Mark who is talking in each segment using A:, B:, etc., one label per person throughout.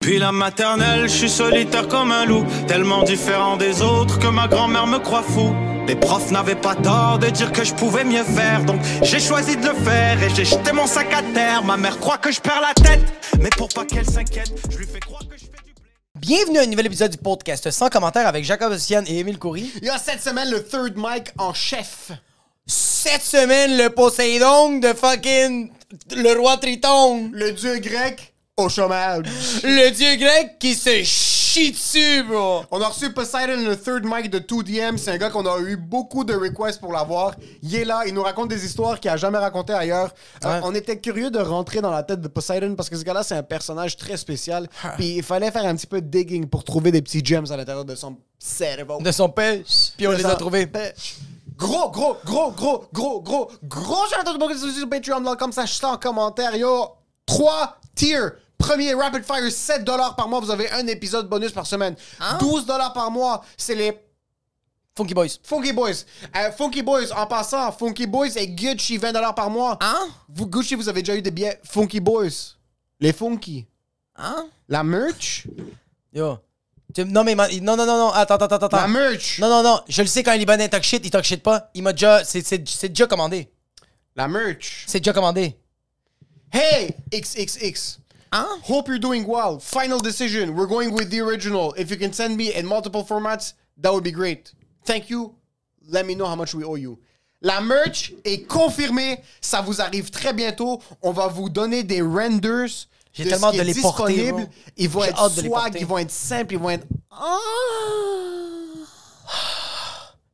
A: Depuis la maternelle, je suis solitaire comme un loup, tellement différent des autres que ma grand-mère me croit fou. Les profs n'avaient pas tort de dire que je pouvais mieux faire, donc j'ai choisi de le faire et j'ai jeté mon sac à terre. Ma mère croit que je perds la tête, mais pour pas qu'elle s'inquiète, je lui fais croire que je fais du blé.
B: Bienvenue à un nouvel épisode du podcast sans commentaire avec Jacob Ossian et Émile Coury.
C: Il y a cette semaine le third mic en chef.
B: Cette semaine, le Poséidon de fucking le roi Triton,
C: Le dieu grec au chômage.
B: le dieu grec qui se chie dessus, bro.
C: On a reçu Poseidon le third mic de 2DM. C'est un gars qu'on a eu beaucoup de requests pour l'avoir. Il est là, il nous raconte des histoires qu'il a jamais racontées ailleurs. Euh,
B: Ouais.
C: on était curieux de rentrer dans la tête de Poseidon parce que ce gars-là, c'est un personnage très spécial. Puis il fallait faire un petit peu de digging pour trouver des petits gems à l'intérieur de son cerveau.
B: De son pêche, puis on les a trouvés.
C: Ben, Gros, gros, gros, gros, gros, gros, gros shout-out de beaucoup de soutien sur Patreon, là, comme ça, je en commentaire, yo. Trois tiers. Premier, Rapid Fire, 7 par mois. Vous avez un épisode bonus par semaine.
B: Hein?
C: 12 par mois, c'est les
B: Funky Boys.
C: Funky Boys. Euh, Funky Boys, en passant, Funky Boys et Gucci, 20 par mois.
B: Hein?
C: Vous, Gucci, vous avez déjà eu des billets Funky Boys. Les Funky.
B: Hein?
C: La merch?
B: Yo. Tu- Non, mais. ma- Non, non, non, non. Attends, attends, attends, attends.
C: La merch.
B: Non, non, non. Je le sais quand un Libanais talk shit, il talk shit pas. Il m'a déjà. C'est c'est- c'est déjà commandé.
C: La merch.
B: C'est déjà commandé.
C: Hey, XXX.
B: Hein?
C: Hope you're doing well. Final decision. We're going with the original. If you can send me in multiple formats, that would be great. Thank you. Let me know how much we owe you. La merch est confirmée. Ça vous arrive très bientôt. On va vous donner des renders.
B: J'ai
C: de ce
B: tellement
C: qui
B: de
C: est
B: les porter,
C: disponible.
B: bro.
C: Ils vont
B: J'ai
C: être
B: hâte de les
C: swag,
B: porter.
C: ils vont être simples, ils vont être. Ah!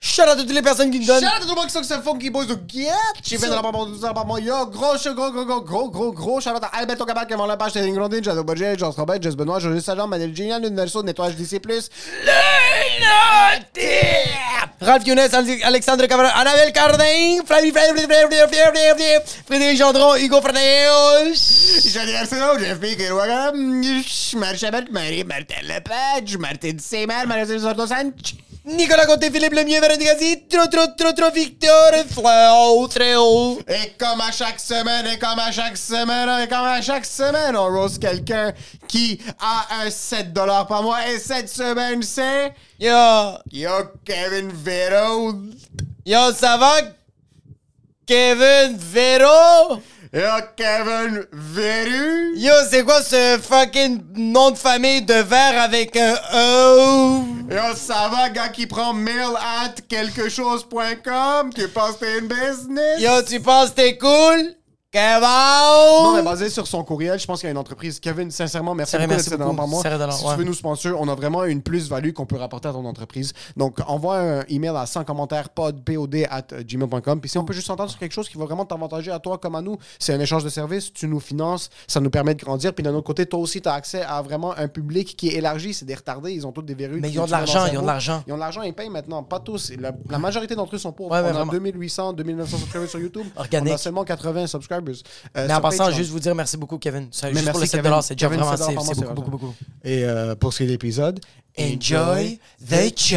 B: Shout out à toutes les personnes qui me
C: Shout
B: donnent.
C: out to the box of Funky Boys who get J'ai fait de la part de la part Yo, gros, gros, gros, gros, gros, gros, gros. Shout out à Alberto Cabal, Clément Lepage, Téling Grondin, Jadot Budget, Jean Robert, Jess Benoît, José Sajan, Manel Gignan, Lune Nelson, Nettoyage DC+.
B: Ralph Younes, Ale- Alexandre Cavana, Annabelle Cardin, Flavie Flavie, Flavie, Flavie, Flavie, Flavie, Frédéric Gendron, Hugo Fernandez.
C: Johnny Arsenault, Jeff P. Kirwagam, Marie Chabert, Marie, Martin Lepage, Martin Seymour, Marie-José Sordo Sanchez.
B: Nicolas Côté, Philippe Lemieux, Véronique Gazi, Tro, Tro, Tro, Tro, Victor, Fléau, Tréau.
C: Et comme à chaque semaine, et comme à chaque semaine, et comme à chaque semaine, on rose quelqu'un qui a un 7$ par mois. Et cette semaine, c'est...
B: Yo,
C: Yo, Kevin Vero.
B: yo, ça va? Kevin Véro?
C: Yo, Kevin Veru.
B: Yo, c'est quoi ce fucking nom de famille de verre avec un O?
C: Yo, ça va, gars qui prend mail at quelque chose.com. Tu penses que t'es une business?
B: Yo, tu penses t'es cool?
C: Non, mais
B: Kevin!
C: basé sur son courriel, je pense qu'il y a une entreprise. Kevin, sincèrement, merci
B: C'est vrai,
C: beaucoup de
B: merci
C: ces dollars par
B: beaucoup.
C: mois.
B: C'est vrai, dollars,
C: si
B: ouais.
C: tu veux nous sponsor, on a vraiment une plus-value qu'on peut rapporter à ton entreprise. Donc, envoie un email à 100 commentaires pod, pod at gmail.com. Puis si on peut juste s'entendre sur quelque chose qui va vraiment t'avantager à toi comme à nous, c'est un échange de services. Tu nous finances, ça nous permet de grandir. Puis d'un autre côté, toi aussi, tu as accès à vraiment un public qui est élargi. C'est des retardés, ils ont tous des verrues.
B: Mais ils
C: qui
B: ont de
C: tuent leur
B: l'argent, ils ont de
C: cerveau.
B: l'argent.
C: Ils ont de l'argent, ils payent maintenant. Pas tous. La, la majorité d'entre eux sont pauvres.
B: Ouais, ouais,
C: on a
B: vraiment.
C: 2800, 2900 subscribers sur YouTube.
B: Organique.
C: On a seulement 80 subscribers. Euh,
B: Mais en
C: sur
B: passant,
C: Patreon.
B: juste vous dire merci beaucoup, Kevin. Ça,
C: Mais
B: juste pour
C: merci,
B: les 7
C: Kevin.
B: c'est déjà
C: Kevin,
B: vraiment,
C: 7
B: c'est
C: par mois,
B: c'est
C: c'est
B: beaucoup, beaucoup,
C: vraiment
B: beaucoup.
C: Et euh, pour ce qui est de l'épisode,
B: Enjoy the show.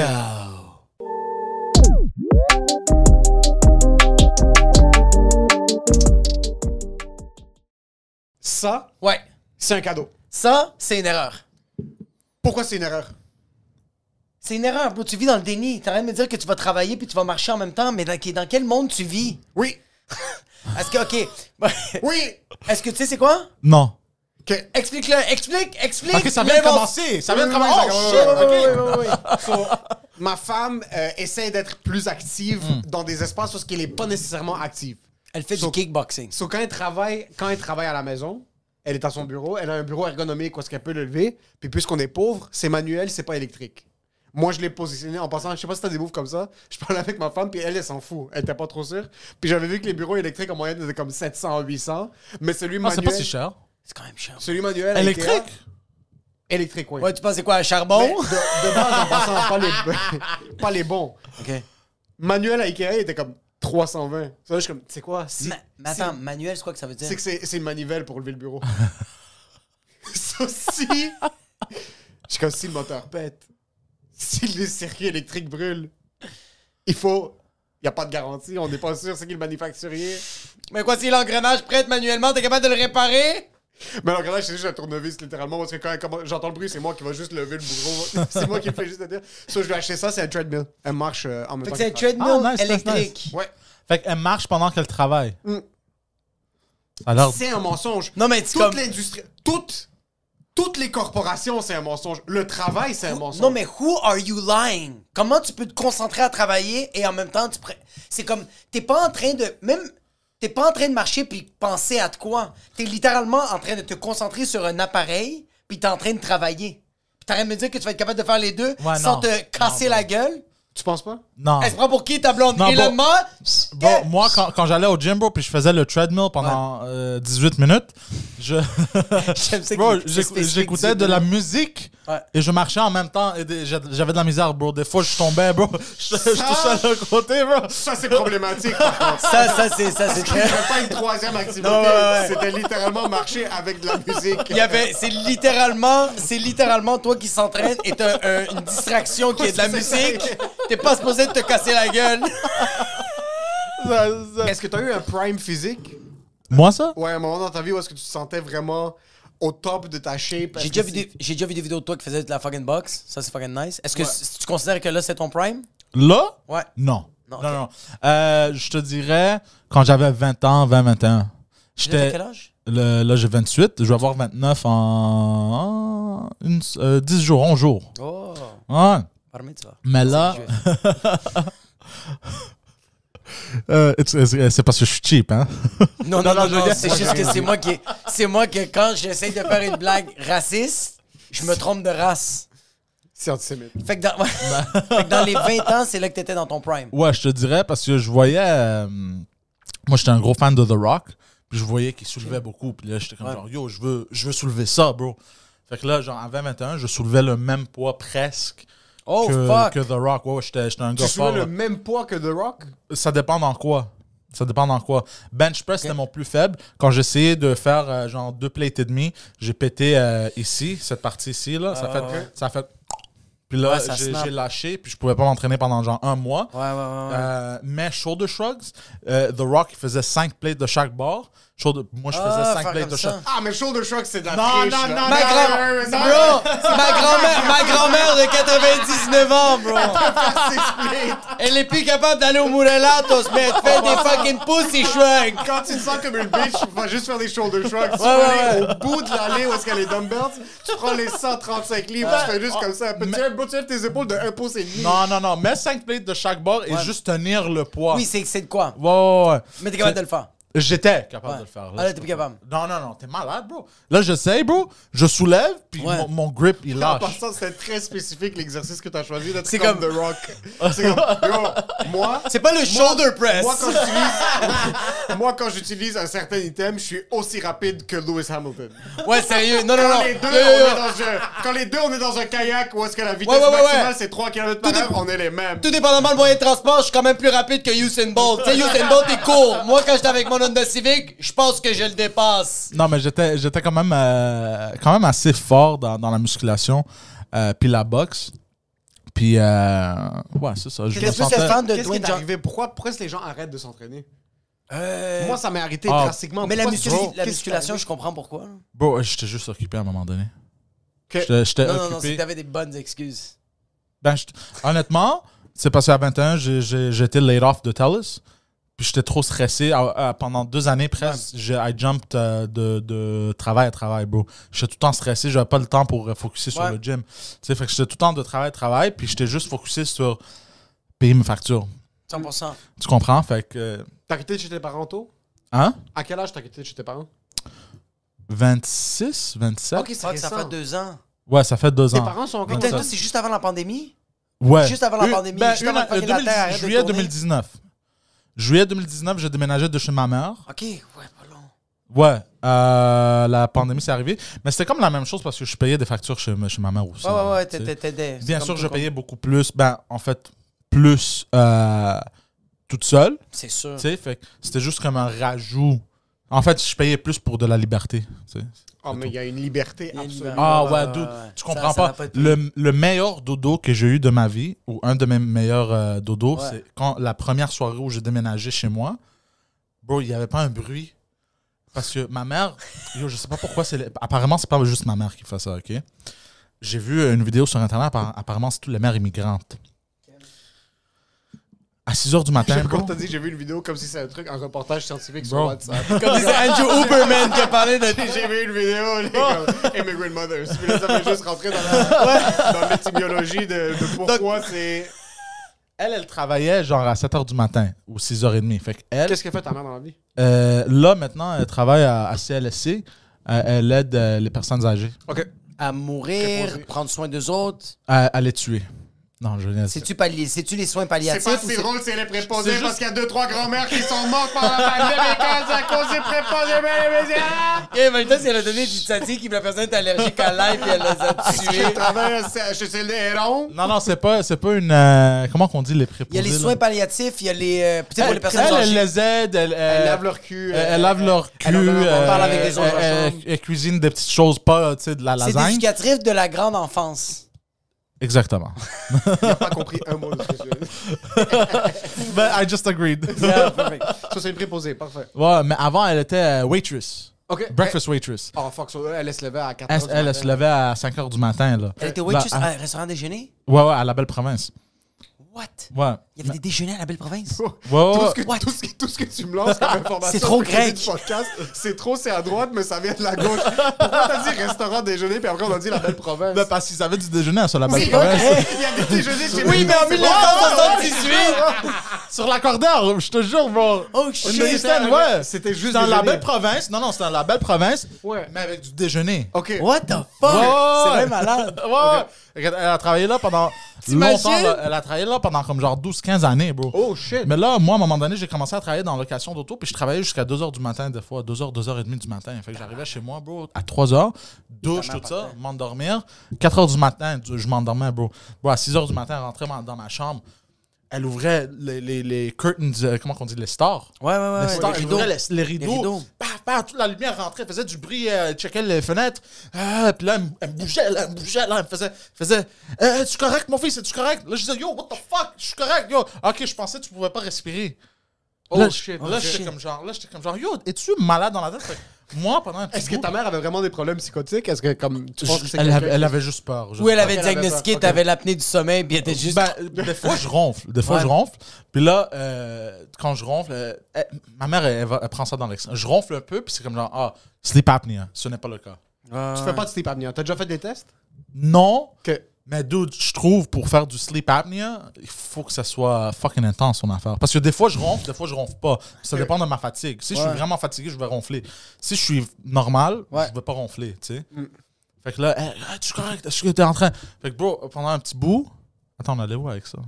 C: Ça,
B: Ouais.
C: c'est un cadeau.
B: Ça, c'est une erreur.
C: Pourquoi c'est une erreur?
B: C'est une erreur, bro. Tu vis dans le déni. T'es en train de me dire que tu vas travailler puis tu vas marcher en même temps, mais dans, dans quel monde tu vis?
C: Oui.
B: Est-ce que, OK.
C: Oui.
B: Est-ce que tu sais c'est quoi?
D: Non.
C: Ok.
B: Explique-le, explique, explique.
D: Parce que ça vient de
B: Mais bon-
D: commencer. Ça vient de commencer.
C: Oh,
D: Ouais,
C: shit.
D: ouais, ouais.
C: Ok. So, ma femme euh, essaie d'être plus active
B: Hmm.
C: dans des espaces où elle n'est pas nécessairement active.
B: Elle fait
C: oh.
B: du
C: So-
B: kickboxing.
C: So, quand elle travaille, quand elle travaille à la maison, elle est à son bureau, elle a un bureau ergonomique parce qu'elle peut le lever. Puis puisqu'on est pauvre, c'est manuel, c'est pas électrique. Moi, je l'ai positionné en passant. Je sais pas si t'as des moves comme ça. Je parlais avec ma femme, puis elle, elle s'en fout. Elle était pas trop sûre. Puis j'avais vu que les bureaux électriques en moyenne étaient comme 700, 800. Mais celui
D: Ah, C'est pas
C: manuel.
D: si cher.
B: C'est quand même chiant.
C: celui manuel.
D: Électrique?
C: Ikea, Électrique, oui.
B: Ouais, tu penses c'est quoi, un
C: Mais
B: charbon?
C: de, de base, en passant, pas les, pas les bons.
B: OK.
C: Manuel à Ikea était comme 320. Ça, je suis comme, tu sais quoi? Si,
B: Ma- mais attends, manuel, c'est quoi que ça veut dire?
C: c'est que c'est c'est une manivelle pour lever le bureau. ça aussi. Je suis comme si le moteur pète, si les circuits électriques brûlent, il faut. Il n'y a pas de garantie, on n'est pas sûr, c'est qui le manufacturier.
B: Mais quoi, si l'engrenage prête manuellement, t'es capable de le réparer?
C: Mais le grenage, c'est juste un tournevis, littéralement. Parce que quand, quand j'entends le bruit, c'est moi qui va juste lever le bourreau. c'est moi qui me fais juste le dire. Ça, je vais acheter ça, c'est un treadmill. Elle marche euh, en même
B: Fait
C: temps.
B: que c'est un
C: que je
B: treadmill
D: Ah, nice, nice,
B: électrique.
C: marche. Ouais.
D: Fait qu'elle marche pendant qu'elle travaille.
C: Mm.
D: Alors,
C: C'est un mensonge.
B: Non, mais c'est
C: Toute
B: comme.
C: l'industrie. Toutes. Toutes les corporations, c'est un mensonge. Le travail, c'est un mensonge.
B: Non, mais who are you lying? Comment tu peux te concentrer à travailler et en même temps, tu. pre- C'est comme. T'es pas en train de. Même. T'es pas en train de marcher puis penser à de quoi. T'es littéralement en train de te concentrer sur un appareil puis t'es en train de travailler. Puis t'es en train de me dire que tu vas être capable de faire les deux
D: Ouais,
B: sans
D: non.
B: te casser
D: Non,
B: la gueule.
C: Tu penses pas?
D: non.
B: Elle se prend pour qui ta blonde?
D: Non,
B: Elon
D: bon-
B: Musk?
D: Bro,
B: Yeah.
D: moi, quand, quand j'allais au gym, bro, puis je faisais le treadmill pendant euh, 18 minutes, je...
B: J'aime ça
D: Bro,
B: qu'il- c'est
D: j'écou-
B: spécifique,
D: j'écoutais de
B: 18
D: la
B: minutes.
D: musique
B: Ouais.
D: et je marchais en même temps et des- j'a- j'avais de la misère, bro. Des fois, je tombais, bro. Je, je touchais le côté, bro.
C: Ça, c'est problématique, par contre.
B: Ça, ça, c'est. Ça, c'est
C: Il n'y avait pas une troisième activité.
B: Non, ouais, ouais.
C: C'était littéralement marcher avec de la musique.
B: Il y avait, c'est littéralement, c'est littéralement toi qui s'entraîne et t'as un- une distraction qui est de la
C: C'est ça.
B: musique. T'es pas supposé de te casser la gueule.
C: Est-ce que tu as eu un prime physique?
D: Moi, ça?
C: Ouais, à un moment dans ta vie où est-ce que tu te sentais vraiment au top de ta shape? Est-ce
B: J'ai déjà,
C: que c'est-
B: vu des, j'ai déjà vu des vidéos de toi qui faisais de la fucking box. Ça, c'est fucking nice. Est-ce que c- tu considères que là, c'est ton prime?
D: Là?
B: Ouais.
D: Non.
B: Non,
D: Non,
B: ok.
D: non, Euh, je te dirais, quand j'avais 20 ans, 20, 21.
B: T'as
D: J'étais.
B: quel âge?
D: le- Là, j'ai 28. Je vais avoir 29 en. en une, euh, 10 jours, 11 jours.
B: Oh,
D: Ouais.
B: parmi toi.
D: Mais là. Euh, it's- it's- c'est parce que je suis cheap, hein?
B: Non, non, non, non,
C: veux dire-
B: c'est juste que c'est moi qui, c'est moi que quand j'essaie de faire une blague raciste, je me trompe de race.
C: C'est antisémite.
B: Fait que dans, fait que dans les 20 ans, c'est là que t'étais dans ton prime.
D: Ouais, je te dirais parce que je voyais. euh, moi, j'étais un gros fan de The Rock. Puis je voyais qu'il soulevait beaucoup. Puis là, j'étais comme
B: Ouais.
D: genre, yo, je veux, je veux soulever ça, bro. Fait que là, genre, à 20, 21, je soulevais le même poids presque
B: Oh,
D: que,
B: fuck.
D: que The Rock. Ouais, ouais, j'étais j'étais un
C: Tu
D: gars
C: soulevais
D: fort.
C: le
D: là.
C: même poids que The Rock?
D: Ça dépend dans quoi. Ça dépend dans quoi. Bench press, c'était mon plus faible. Quand j'essayais de faire euh, genre deux plates et demi, j'ai pété euh, ici, cette partie ici, là. ça, fait,
B: Ah, ouais.
D: ça fait. Puis là,
B: Ouais, ça
D: j'ai
B: snap.
D: j'ai lâché, puis je pouvais pas m'entraîner pendant genre un mois.
B: Ouais, ouais, ouais. ouais.
D: Euh, mais Shoulder Shrugs, euh, The Rock il faisait 5 plates de chaque bord. Shoulder- moi, je faisais
B: Ah,
D: 5
B: faire
D: plates
B: comme
D: de
B: ça.
D: chaque.
C: Ah, mais Shoulder Shock, c'est de la
D: Non,
C: triche,
D: non,
C: là.
D: non,
B: Ma, grand-
C: ouais, ouais, ça-
B: bro, ma grand-mère ma grand-mère de 99 ans, bro. Elle est plus capable d'aller au Mourelatos, mais elle te fait des fucking pussy shrug.
C: Quand tu te sens comme une bitch, tu vas juste faire des shoulder shrugs. Tu
B: Ouais,
C: vas
B: ouais,
C: aller
B: ouais.
C: au bout de l'allée où est-ce qu'il y a les dumbbells, tu prends les 135 livres, tu fais juste comme ça. un peu. Tu lèves- bro, tu lèves tes épaules de un pouce et demi.
D: Non, non, non. Mets 5 plates de chaque bord et
B: Ouais.
D: juste tenir le poids.
B: Oui, c'est c'est de quoi?
D: Ouais, ouais, ouais.
B: Mais t'es capable de le faire.
D: J'étais capable
B: Ouais.
D: de le faire.
B: Ah, là,
D: je
B: t'es
D: peux
B: plus
D: pas.
B: capable.
D: Non, non, non. T'es malade, bro. Là, j'essaye, bro. Je soulève, puis
B: Ouais.
D: mon, mon grip, il
C: En
D: lâche.
C: passant, c'était très spécifique l'exercice que tu as choisi. là,
B: C'est
C: C'est comme,
B: comme-
C: The Rock. C'est comme, yo, moi,
B: C'est pas le shoulder press.
C: Moi quand, j'utilise, moi, quand j'utilise un certain item, je suis aussi rapide que Lewis Hamilton.
B: Ouais, sérieux. Non, non,
C: Quand
B: non.
C: les, deux,
B: Yo, yo,
C: on
B: yo.
C: est dans un, quand les deux, on est dans un kayak où est-ce que la vitesse
B: Ouais, ouais, ouais,
C: maximale,
B: ouais.
C: c'est 3 km par
B: Tout est-
C: heure, on est les mêmes.
B: Tout dépendamment du moyen de transport, je suis quand même plus rapide que Usain Bolt. Tu sais, Usain Bolt est court. Moi, quand j'étais avec mon Honda Civic, je pense que je le dépasse.
D: Non, mais j'étais, j'étais quand même, euh, quand même assez fort dans, dans la musculation, euh, puis la boxe. Puis, euh, ouais, c'est ça. Je me
B: Qu'est-ce que
D: sentais-
B: c'est fan de
C: Qu'est-ce qui
B: Dwayne
C: est
B: Johnson?
C: arrivé? Pourquoi, pourquoi est-ce que les gens arrêtent de s'entraîner?
B: Euh,
C: Moi, ça m'est arrêté
D: Ah.
C: drastiquement.
B: Mais la,
C: Pourquoi-
B: muscu-
C: Bro,
B: la
C: qu'est-ce qui est arrivé?
B: musculation, je comprends pourquoi.
D: Bro, j'étais juste occupé à un moment donné.
C: Ok.
D: J'étais, j'étais
B: Non, non, non,
D: occupé.
B: c'est que t'avais des bonnes excuses.
D: Ben, j't- honnêtement, c'est parce qu'à 21, j'ai- j'ai- j'étais laid off de TELUS. Puis j'étais trop stressé. À- à- pendant deux années presque, j'ai I jumped euh, de, de travail à travail, bro. J'étais tout le temps stressé. J'avais pas le temps pour euh, focuser sur
B: Ouais.
D: le gym. Tu sais, fait que j'étais tout le temps de travail à travail. Puis j'étais juste focusé sur payer mes factures.
B: 100%.
D: Tu comprends? Fait que. euh,
C: T'as quitté de chez tes parents tôt?
D: Hein?
C: À quel âge t'as quitté de chez tes parents?
D: 26, 27?
C: Ok, c'est
B: Fuck, ça
C: récent.
B: fait deux ans.
D: Ouais, ça fait deux
C: Tes
D: ans.
C: parents sont encore...
B: Putain,
D: ça.
B: toi, c'est juste avant la pandémie?
D: Ouais.
B: Juste avant la
D: Une-
B: pandémie,
D: ben,
B: juste avant
D: une-
B: que fucking la
D: 2010
B: Terre arrête de
D: Juillet
B: tourner.
D: 2019. Juillet 2019, je déménageais de chez ma mère.
B: Ok, ouais, pas long.
D: Ouais, euh, la pandémie, c'est arrivé. Mais c'était comme la même chose parce que je payais des factures chez, chez ma mère aussi.
B: Ouais, ouais, ouais,
D: tu sais.
B: t'étais- t'aidais.
D: Bien
B: C'est
D: sûr,
B: comme
D: je
B: tout le
D: payais beaucoup plus. Ben, en fait, plus euh, toute seule.
B: monde. C'est sûr.
D: Tu sais, fait que c'était juste comme un rajout. En fait, je payais plus pour de la liberté. tu sais.
C: Oh, mais il y a une liberté
B: y a une
C: absolument.
B: liberté.
D: Ah
B: Ouais,
D: ouais,
B: ouais,
D: dude,
B: ouais.
D: tu
B: Ça-
D: comprends
B: ça n'a
D: pas.
B: pas de prix.
D: le, le meilleur dodo que j'ai eu de ma vie, ou un de mes meilleurs euh, dodos,
B: Ouais.
D: c'est quand la première soirée où j'ai déménagé chez moi, bro, il n'y avait pas un bruit. Parce que ma mère, yo, je sais pas pourquoi, c'est les- apparemment, c'est pas juste ma mère qui fait ça, ok? J'ai vu une vidéo sur Internet, appara- apparemment, c'est toutes les mères immigrantes. À 6 h du matin,
C: J'aime
D: bro,
C: quand t'as dit, j'ai vu une vidéo comme si c'était un truc, un reportage scientifique sur
D: Bro.
C: WhatsApp.
B: Comme disait Andrew Uberman qui a parlé de.
C: J'ai vu une vidéo, les comme Immigrant Mothers. Puis là, ça fait juste rentrer dans la- dans l'étymologie de, de pourquoi c'est.
D: elle, elle travaillait genre à 7 h du matin ou 6 h 30. Fait que elle,
C: Qu'est-ce qu'elle fait ta mère dans la vie?
D: euh, là, maintenant, elle travaille à, à CLSC. Euh, elle aide euh, les personnes âgées
C: Ok.
B: À mourir,
C: Préposé.
B: prendre soin d'eux autres.
D: à, à les tuer. Non, je niaise.
B: C'est-tu palli- c'est-tu les soins
C: C'est
B: palliatifs?
C: pas
B: ou
C: si
B: c'est-
C: drôle, c'est les
D: C'est
C: préposés,
D: juste-
C: parce qu'il y a deux, trois grands-mères qui sont mortes pendant la pandémie à cause des préposés, mais les médias!
B: Et en même temps, si elle a donné du sati qui la personne est allergique à l'ail puis elle les a
C: Je
B: tués.
C: travaille chez les hérons.
D: Non, non, c'est pas, c'est pas une. euh, comment qu'on dit les préposés
B: Il y a les
D: là?
B: soins palliatifs, il y a les. euh, tu sais,
C: Eh,
B: pour les
D: Elle,
B: personnes
D: elle, elle
B: âgées.
D: les aide, elle,
C: Elles
D: elle-
C: lavent leur cul.
D: Euh,
C: euh,
D: elle- elle lave leur cul,
C: elle leur donne à manger,
D: euh,
B: parle avec les autres
D: elle-
C: dans la
D: elle-
C: chambre.
D: elle cuisine des petites choses, pas tu sais, de la
B: C'est
D: lasagne.
B: éducatif de la grande enfance.
D: Exactement.
C: J'ai pas compris un mot de ce que je
D: But I just agreed.
C: Ça, c'est une préposée, parfait.
D: ouais, mais avant, elle était euh, waitress.
B: Eh,
C: OK.
D: Breakfast waitress.
C: Oh fuck, so, elle se levait à 4
D: Elle, elle, elle se levait à 5 h du matin. Là.
B: Elle était waitress
D: Là,
B: à un restaurant déjeuner?
D: à- ouais, ouais, à la belle province.
B: What?
D: Ouais.
B: Il y avait des déjeuners à la belle
C: Oh.
B: province?
D: Ouais, ouais,
C: Tout
D: ouais.
C: ce, que,
B: What?
C: tout, ce que, tout ce que tu me lances comme information.
B: C'est trop
C: pour créer
B: grec.
C: le podcast, C'est trop, c'est à droite, mais ça vient de la gauche. Pourquoi t'as dit restaurant déjeuner, puis après on a dit la belle province?
D: Ben, parce qu'ils avaient du déjeuner à sur la belle
C: Il y
D: province.
C: a des déjeuners chez
B: Oui, mais en 1978!
D: Sur l'accordeur, je te jure, bro.
B: Oh, shit.
D: Une Mélissane, ouais.
C: C'était juste
D: dans la
C: déjeuner.
D: belle province. Non, non, c'était dans la belle province.
C: Ouais. Oh,
D: Mais avec du déjeuner.
C: OK.
B: What the fuck?
D: Ouais.
B: C'est même malade.
D: Ouais, ouais. Regarde, Elle a travaillé là pendant
B: T'imagines?
D: longtemps. là. Elle a travaillé là pendant comme genre 12-15 années, bro.
C: Oh shit.
D: Mais là, moi, à un moment donné, j'ai commencé à travailler dans la location d'auto, puis je travaillais jusqu'à 2h du matin, des fois, 2h, 2h30 du matin. Fait que j'arrivais chez moi, bro, à 3h, douche, tout ça, m'endormir. 4h du matin, du- je m'endormais, bro. Bro, à 6h du matin, elle rentrait dans- dans ma chambre. Elle ouvrait les, les, les curtains, euh, comment qu'on dit, les stars.
B: Ouais, ouais, ouais.
D: Les
B: ouais.
D: stars,
B: Les
D: elle
B: rideaux.
D: ouvrait les, les rideaux.
B: Les rideaux.
D: Paf, paf, toute la lumière rentrait, faisait du bruit, euh, elle checkait les fenêtres. Ah, puis là, elle, me- elle me bougeait, là, elle me bougeait, là, elle me faisait, elle faisait euh, Es-tu correct, mon fils Es-tu correct Là, je disais Yo, what the fuck Je suis correct, yo. Ok, je pensais que tu pouvais pas respirer.
C: Oh
D: là,
C: shit.
D: Là, j'étais comme genre, là, j'étais comme genre Yo, es-tu malade dans la tête Fait que Moi, pendant un petit
C: Est-ce que
D: bout,
C: ta mère avait vraiment des problèmes psychotiques? Est-ce que comme tu penses que c'est
D: elle,
C: quelqu'un
D: avait, elle avait juste peur. juste
B: Où elle
D: peur.
B: avait
C: elle avait
B: diagnostiqué,
C: peur, ok. Bah,
B: t'avais l'apnée du sommeil, puis elle était juste.
D: Ben, des fois, je ronfle. Des fois,
B: euh, Ouais.
D: je ronfle. Puis là, euh, quand je ronfle, euh, elle- ma mère, elle, va- elle prend ça dans l'excès. Je ronfle un peu, puis c'est comme genre, ah, sleep apnea. Ce n'est pas le cas.
C: Tu fais pas de sleep apnea. T'as déjà fait des tests?
D: Non,
C: Que
D: mais dude, je trouve, pour faire du sleep apnea, il faut que ça soit fucking intense, son affaire. Parce que des fois, je ronfle, des fois, je ronfle pas. Ça dépend de ma fatigue. Si je
B: Ouais.
D: suis vraiment fatigué, je vais ronfler. Si je suis normal,
B: Ouais. Mm.
D: je vais pas ronfler, tu sais. Fait que là, hey, hey, tu es correct, est-ce que t'es en train... Fait que bro, pendant un petit bout... Attends, on allait où avec ça?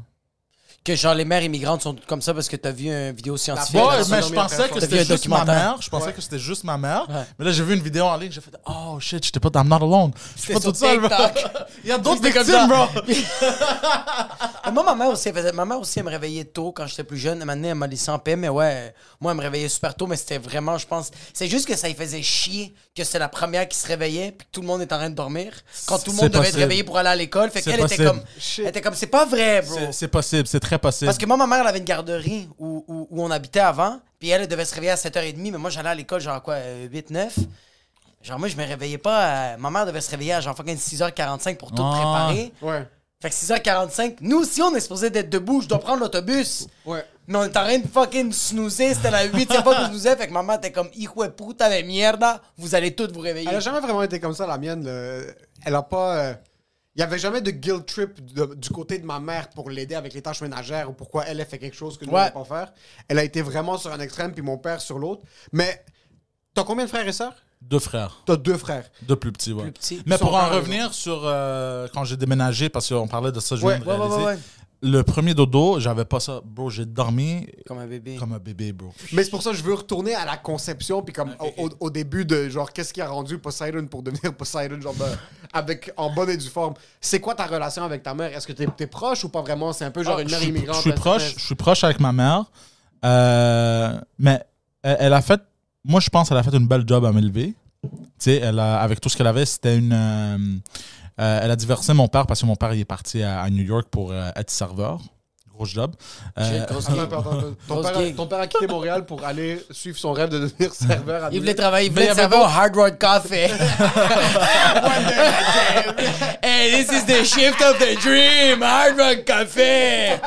B: Que genre les mères immigrantes sont toutes comme ça parce que t'as vu une vidéo scientifique.
C: Bah, Ouais,
D: Ouais,
C: la
D: mais
C: sodomie
D: je pensais
C: après,
D: que
B: ça. T'as vu
D: c'était
B: un
D: juste ma
B: documentaire?
D: mère. Je pensais que c'était juste ma mère.
B: Ouais.
D: Mais là, j'ai vu une vidéo en ligne. J'ai fait Oh shit, j'étais pas, I'm not alone. J'étais pas
B: sur
D: toute seule, bro.
B: TikTok.
D: Il y a d'autres
B: C'était comme
D: victimes,
B: ça.
D: bro.
B: Ah, Moi, ma mère aussi, elle faisait- ma mère aussi, elle me réveillait tôt quand j'étais plus jeune. Maintenant, elle m'a laissé en paix, mais ouais, euh, moi, elle me réveillait super tôt, mais c'était vraiment, je pense, c'est juste que ça lui faisait chier que c'est la première qui se réveillait, puis que tout le monde était en train de dormir, quand tout le monde
D: C'est
B: devait
D: possible.
B: être réveillé pour aller à l'école. Fait
D: C'est
B: qu'elle était
D: possible.
B: comme,
C: Shit.
B: elle était comme, c'est pas vrai, bro.
D: C'est- C'est possible, c'est très possible.
B: Parce que moi, ma mère, elle avait une garderie où, où, où on habitait avant, puis elle, elle devait se réveiller à 7h30, mais moi, j'allais à l'école, genre quoi, 8-9. Genre, moi, je me réveillais pas. à- Ma mère devait se réveiller à genre fucking 6h45 pour tout
D: Ah.
B: préparer.
C: Ouais.
B: Fait que 6h45, nous aussi, on est supposé d'être debout, je dois prendre l'autobus.
C: Ouais.
B: Mais on est en train de fucking snoozer, c'était la huitième fois qu'on snoozait, fait que maman était comme « Hijo de puta de mierda, vous allez toutes vous réveiller.
C: Elle a jamais vraiment été comme ça, la mienne. le- Elle a pas. euh, Il y avait jamais de guilt trip de- du côté de ma mère pour l'aider avec les tâches ménagères ou pourquoi elle a fait quelque chose que nous, on
B: Ouais.
C: ne pas faire. Elle a été vraiment sur un extrême, puis mon père sur l'autre. Mais t'as combien de frères et sœurs?
D: Deux frères,
C: T'as deux frères.
D: deux plus petits, ouais.
B: Plus petits.
D: Mais
C: Ils sont
D: pour en
C: encore
D: revenir sur euh, quand j'ai déménagé, parce qu'on parlait de ça, je
C: Ouais,
D: viens de
B: ouais, ouais,
D: réaliser.
B: ouais, ouais.
D: Le premier dodo, j'avais pas ça. Bro, j'ai dormi
B: Comme un bébé.
D: comme un bébé, bro.
C: Mais c'est pour ça que je veux retourner à la conception, puis
D: Ah,
C: comme au- au, au début de genre, qu'est-ce qui a rendu Poseidon pour devenir Poseidon, genre, ben, avec, en bonne et due forme. C'est quoi ta relation avec ta mère? Est-ce que t'es es proche ou pas vraiment? C'est un peu genre
D: Ah,
C: une
D: je
C: mère
D: suis-
C: immigrante.
D: Je suis
C: là, c'est-
D: proche, je suis proche avec ma mère. Euh, mais elle, elle a fait, moi je pense qu'elle a fait une belle job à m'élever. Tu sais, elle a- avec tout ce qu'elle avait, c'était une. euh, euh, elle a divorcé mon père parce que mon père il est parti à, à New York pour euh, être serveur. Gros gros job.
E: J'ai une
D: Euh,
E: grosse
C: Attends,
E: gig.
C: attends, attends. Ton,
E: Grosse
C: père, a-
E: gig.
C: ton père a quitté Montréal pour aller suivre son rêve de devenir serveur à
E: Il
C: New
E: voulait
C: York.
E: travailler, il
B: Mais il y
E: voulait
B: avait
E: savoir.
B: pas Hard Rock Coffee.
E: Hey, this is the shift of the dream, Hard Rock Café.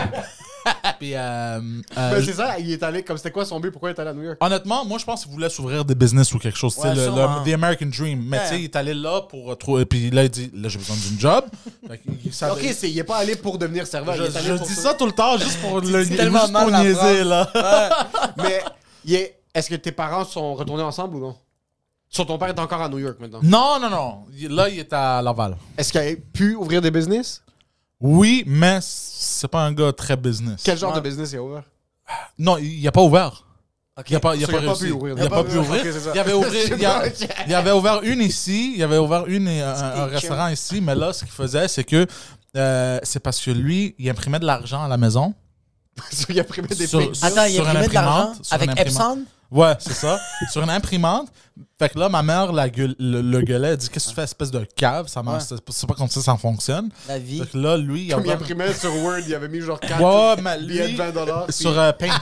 D: puis, euh, euh,
C: Mais
D: je-
C: Ben, c'est ça, il est allé comme c'était quoi son but? Pourquoi il est allé à New York?
D: Honnêtement, moi, je pense qu'il voulait s'ouvrir des business ou quelque chose. tu sais,
E: Ouais,
D: le,
E: sûrement.
D: le- the American Dream. Mais tu sais, il est allé là pour euh, trouver. Puis là, il dit Là, j'ai besoin d'une job. Fait qu'il savait-
C: Ok, c'est- il est pas allé pour devenir serveur.
D: je
C: il est allé
D: je
C: pour
D: dis
C: se-
D: ça tout le temps juste pour le
E: C'est tellement
D: juste pour
E: mal, la
D: niaiser, là.
C: Mais il est- est-ce que tes parents sont retournés ensemble ou non? Sur ton père est encore à New York maintenant.
D: Non, non, non. Il- Là, il est à Laval.
C: Est-ce qu'il a pu ouvrir des business?
D: Oui, mais c'est pas un gars très business.
C: Quel genre de business il a ouvert?
D: Non, il il a pas ouvert. Il a pas, il a
C: Ça, il a
D: pas
C: pas
D: réussi.
C: pu ouvrir.
D: Il a pas pu ouvrir.
C: Ok, c'est ça.
D: Il avait ouvert, il a-
C: Je sais pas.
D: il avait ouvert une ici, il avait ouvert une et un, un restaurant ici, mais là, ce qu'il faisait, c'est que euh, c'est parce que lui, il imprimait de l'argent à la maison.
C: il a pris des
D: Sur-
C: pays.
B: Attends, il
D: Sur
B: a
D: une
B: imprimé de l'argent
D: imprimante, sur
B: avec
D: une imprimante.
B: Epson.
D: Ouais, c'est ça. Sur une imprimante. Fait que là, ma mère la gueule- le, le gueulait. Elle dit Qu'est-ce que tu fais, espèce de cave Ça marche- C'est c'est pas comme ça, ça fonctionne.
B: La vie.
D: Fait que là, lui, il a
C: Comme il
D: ouvert.
C: imprimait sur Word, il avait mis genre 4
D: Ouais, ouais, mais lui,
C: billets de 20 dollars.
D: sur euh, Paint.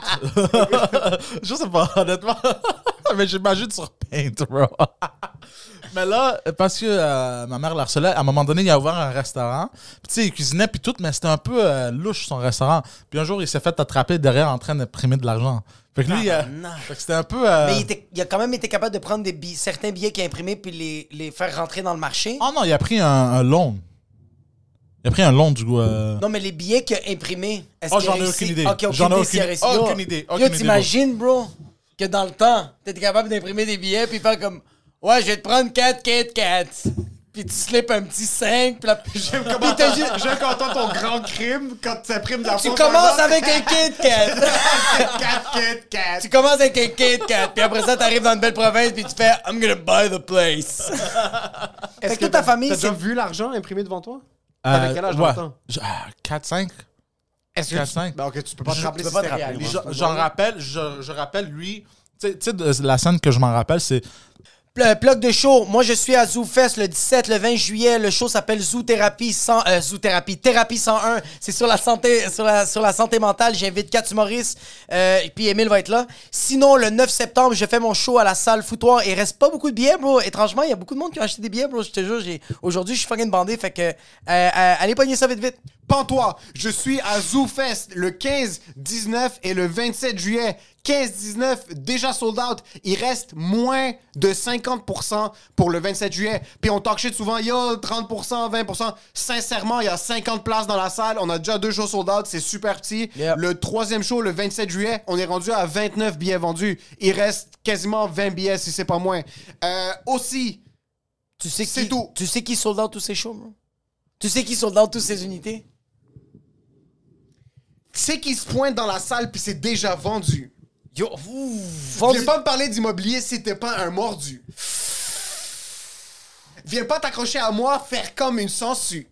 D: je sais pas, honnêtement. mais j'imagine sur Paint, bro. mais là, parce que euh, ma mère l'harcelait, à un moment donné, il a ouvert un restaurant. Puis tu sais, il cuisinait puis tout, mais c'était un peu euh, louche son restaurant. Puis un jour, il s'est fait attraper derrière en train d'imprimer de l'argent. Fait que lui,
C: Ah,
D: il a-
B: Tabarnak.
D: fait que c'était un peu. euh,
B: Ah, Mais il, était- il a quand même été capable de prendre des billets- certains billets qu'il a imprimés puis les, les faire rentrer dans le marché.
D: Oh non, il a pris un, un loan. Il a pris un loan du coup. euh,
B: Non, mais les billets qu'il a imprimés, est-ce
D: Oh,
B: qu'il a
D: j'en ai
B: réussi?
D: aucune idée.
B: Ok, aucune
D: J'en ai
B: idée s'il a
D: aucune-
B: réussi. Yo,
D: aucune idée,
B: yo,
D: aucune idée,
B: t'imagines, bro, que dans le temps, t'étais capable d'imprimer des billets puis faire comme Ouais, je vais te prendre 4 4 4. Puis tu slips un petit 5, puis là,
C: J'aime comment t'as juste. J'aime quand t'entends ton grand crime quand tu imprimes de la
B: tu
C: faute,
B: commences
C: par
B: avec
C: exemple,
B: un Kit Kat.
C: 4 4 4.
B: tu commences avec un Kit Kat, puis après ça, t'arrives dans une belle province, puis tu fais I'm gonna buy the place. Est-ce que toute ta famille,
C: T'as
B: c'est
C: déjà vu l'argent imprimé devant toi?
D: euh,
C: T'avais quel âge dans
D: ouais.
C: le temps?
D: Je- ah, 4-5
C: Est-ce
D: Quatre, cinq.
C: Ben ok, tu peux pas te
D: Je-
C: rappeler hein.
D: tu
C: si
D: peux pas
C: c'était
D: te rappeler.
C: réaliste.
D: J'en- J'en rappelle, je, je rappelle lui. Tu sais- tu sais, de- la scène que je m'en rappelle, c'est.
B: Le euh, plug de show, moi je suis à Zoo Fest le 17, le 20 juillet. Le show s'appelle Zoo Thérapie 100, euh, Zoo Thérapie, Thérapie 101. C'est sur la santé, sur la, sur la santé mentale. J'invite Kat Maurice euh, et puis Emile va être là. Sinon, le 9 septembre, je fais mon show à la salle Foutoir. Il reste pas beaucoup de billets, bro. Étrangement, il y a beaucoup de monde qui a acheté des billets, bro. Je te jure, j'ai- aujourd'hui, je suis fucking bandé. Fait que, euh, euh, allez pogner ça vite, vite.
C: Pantois, je suis à ZooFest le 15, 19 et le 27 juillet. 15, 19, déjà sold out. Il reste moins de 50% pour le 27 juillet. Puis on talk shit souvent, il y a 30%, 20%. Sincèrement, il y a 50 places dans la salle. On a déjà deux shows sold out, c'est super petit.
B: Yep.
C: Le troisième show, le 27 juillet, on est rendu à 29 billets vendus. Il reste quasiment 20 billets, si c'est pas moins. Euh, aussi,
B: Tu sais qui,
C: C'est tout.
B: Tu sais qui sold out tous ces shows, bro? Tu sais qui sold out toutes ces unités?
C: c'est qui se pointe dans la salle puis c'est déjà vendu.
B: Yo, ouh,
C: Viens pas me parler d'immobilier si t'es pas un mordu. Viens pas t'accrocher à moi, faire comme une sangsue.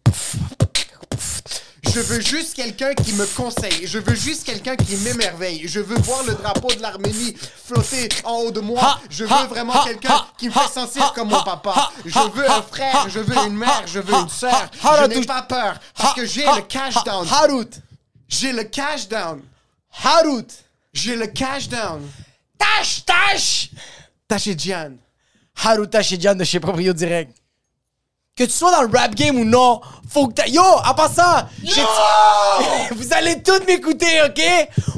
C: Je veux juste quelqu'un qui me conseille. Je veux juste quelqu'un qui m'émerveille. Je veux voir le drapeau de l'Arménie flotter en haut de moi.
B: Ha,
C: Je
B: ha,
C: veux vraiment
B: ha,
C: quelqu'un
B: ha,
C: qui me
B: ha,
C: fait sentir
B: ha,
C: comme mon
B: ha,
C: papa.
B: ha,
C: Je veux
B: ha,
C: un frère,
B: ha,
C: je veux
B: ha,
C: une mère,
B: ha,
C: je veux une
B: ha,
C: sœur.
B: ha,
C: Je
B: ha,
C: n'ai
B: touche-
C: pas peur parce que j'ai le cash down.
B: Harut!
C: J'ai le cash down.
B: Harut!
C: J'ai le cash down.
B: Tache, tache!
C: Taché Diane.
B: Haruta Shijan de chez Proprio Direct. Que tu sois dans le rap game ou non, faut que t'a... Yo, en passant, j'ai- vous allez tous m'écouter, ok?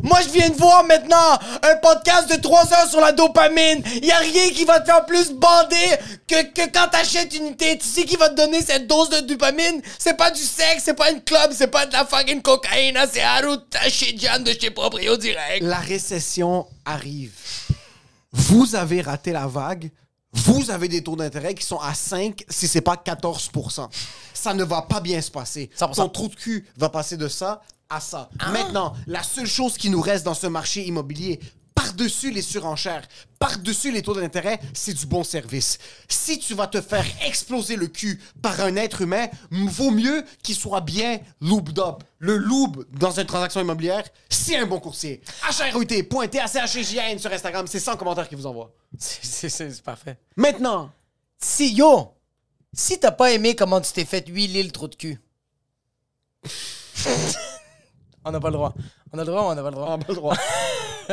B: Moi, je viens de voir maintenant un podcast de 3 heures sur la dopamine. Y a rien qui va te faire plus bander que, que quand t'achètes une unité. Tu sais qui va te donner cette dose de dopamine? C'est pas du sexe, c'est pas une club, c'est pas de la fucking cocaïne, hein, c'est Haruta Shijan de chez Proprio Direct.
C: la récession arrive. Vous avez raté la vague. Vous avez des taux d'intérêt qui sont à 5, si c'est pas 14 Ça ne va pas bien se passer.
B: 100%.
C: Ton trou de cul va passer de ça à ça. Maintenant, la seule chose qui nous reste dans ce marché immobilier, par-dessus les surenchères, par-dessus les taux d'intérêt, c'est du bon service. Si tu vas te faire exploser le cul par un être humain, m- vaut mieux qu'il soit bien looped up. Le loob dans une transaction immobilière, c'est un bon coursier. HRUT, pointé à CHGN sur Instagram, c'est 100 commentaires qui vous envoie.
B: c'est parfait.
C: Maintenant,
B: Si, yo, si t'as pas aimé comment tu t'es fait huiler le trou de cul, On n'a pas le droit. On a le droit ou on n'a pas le droit?
C: On n'a pas le droit. Oh.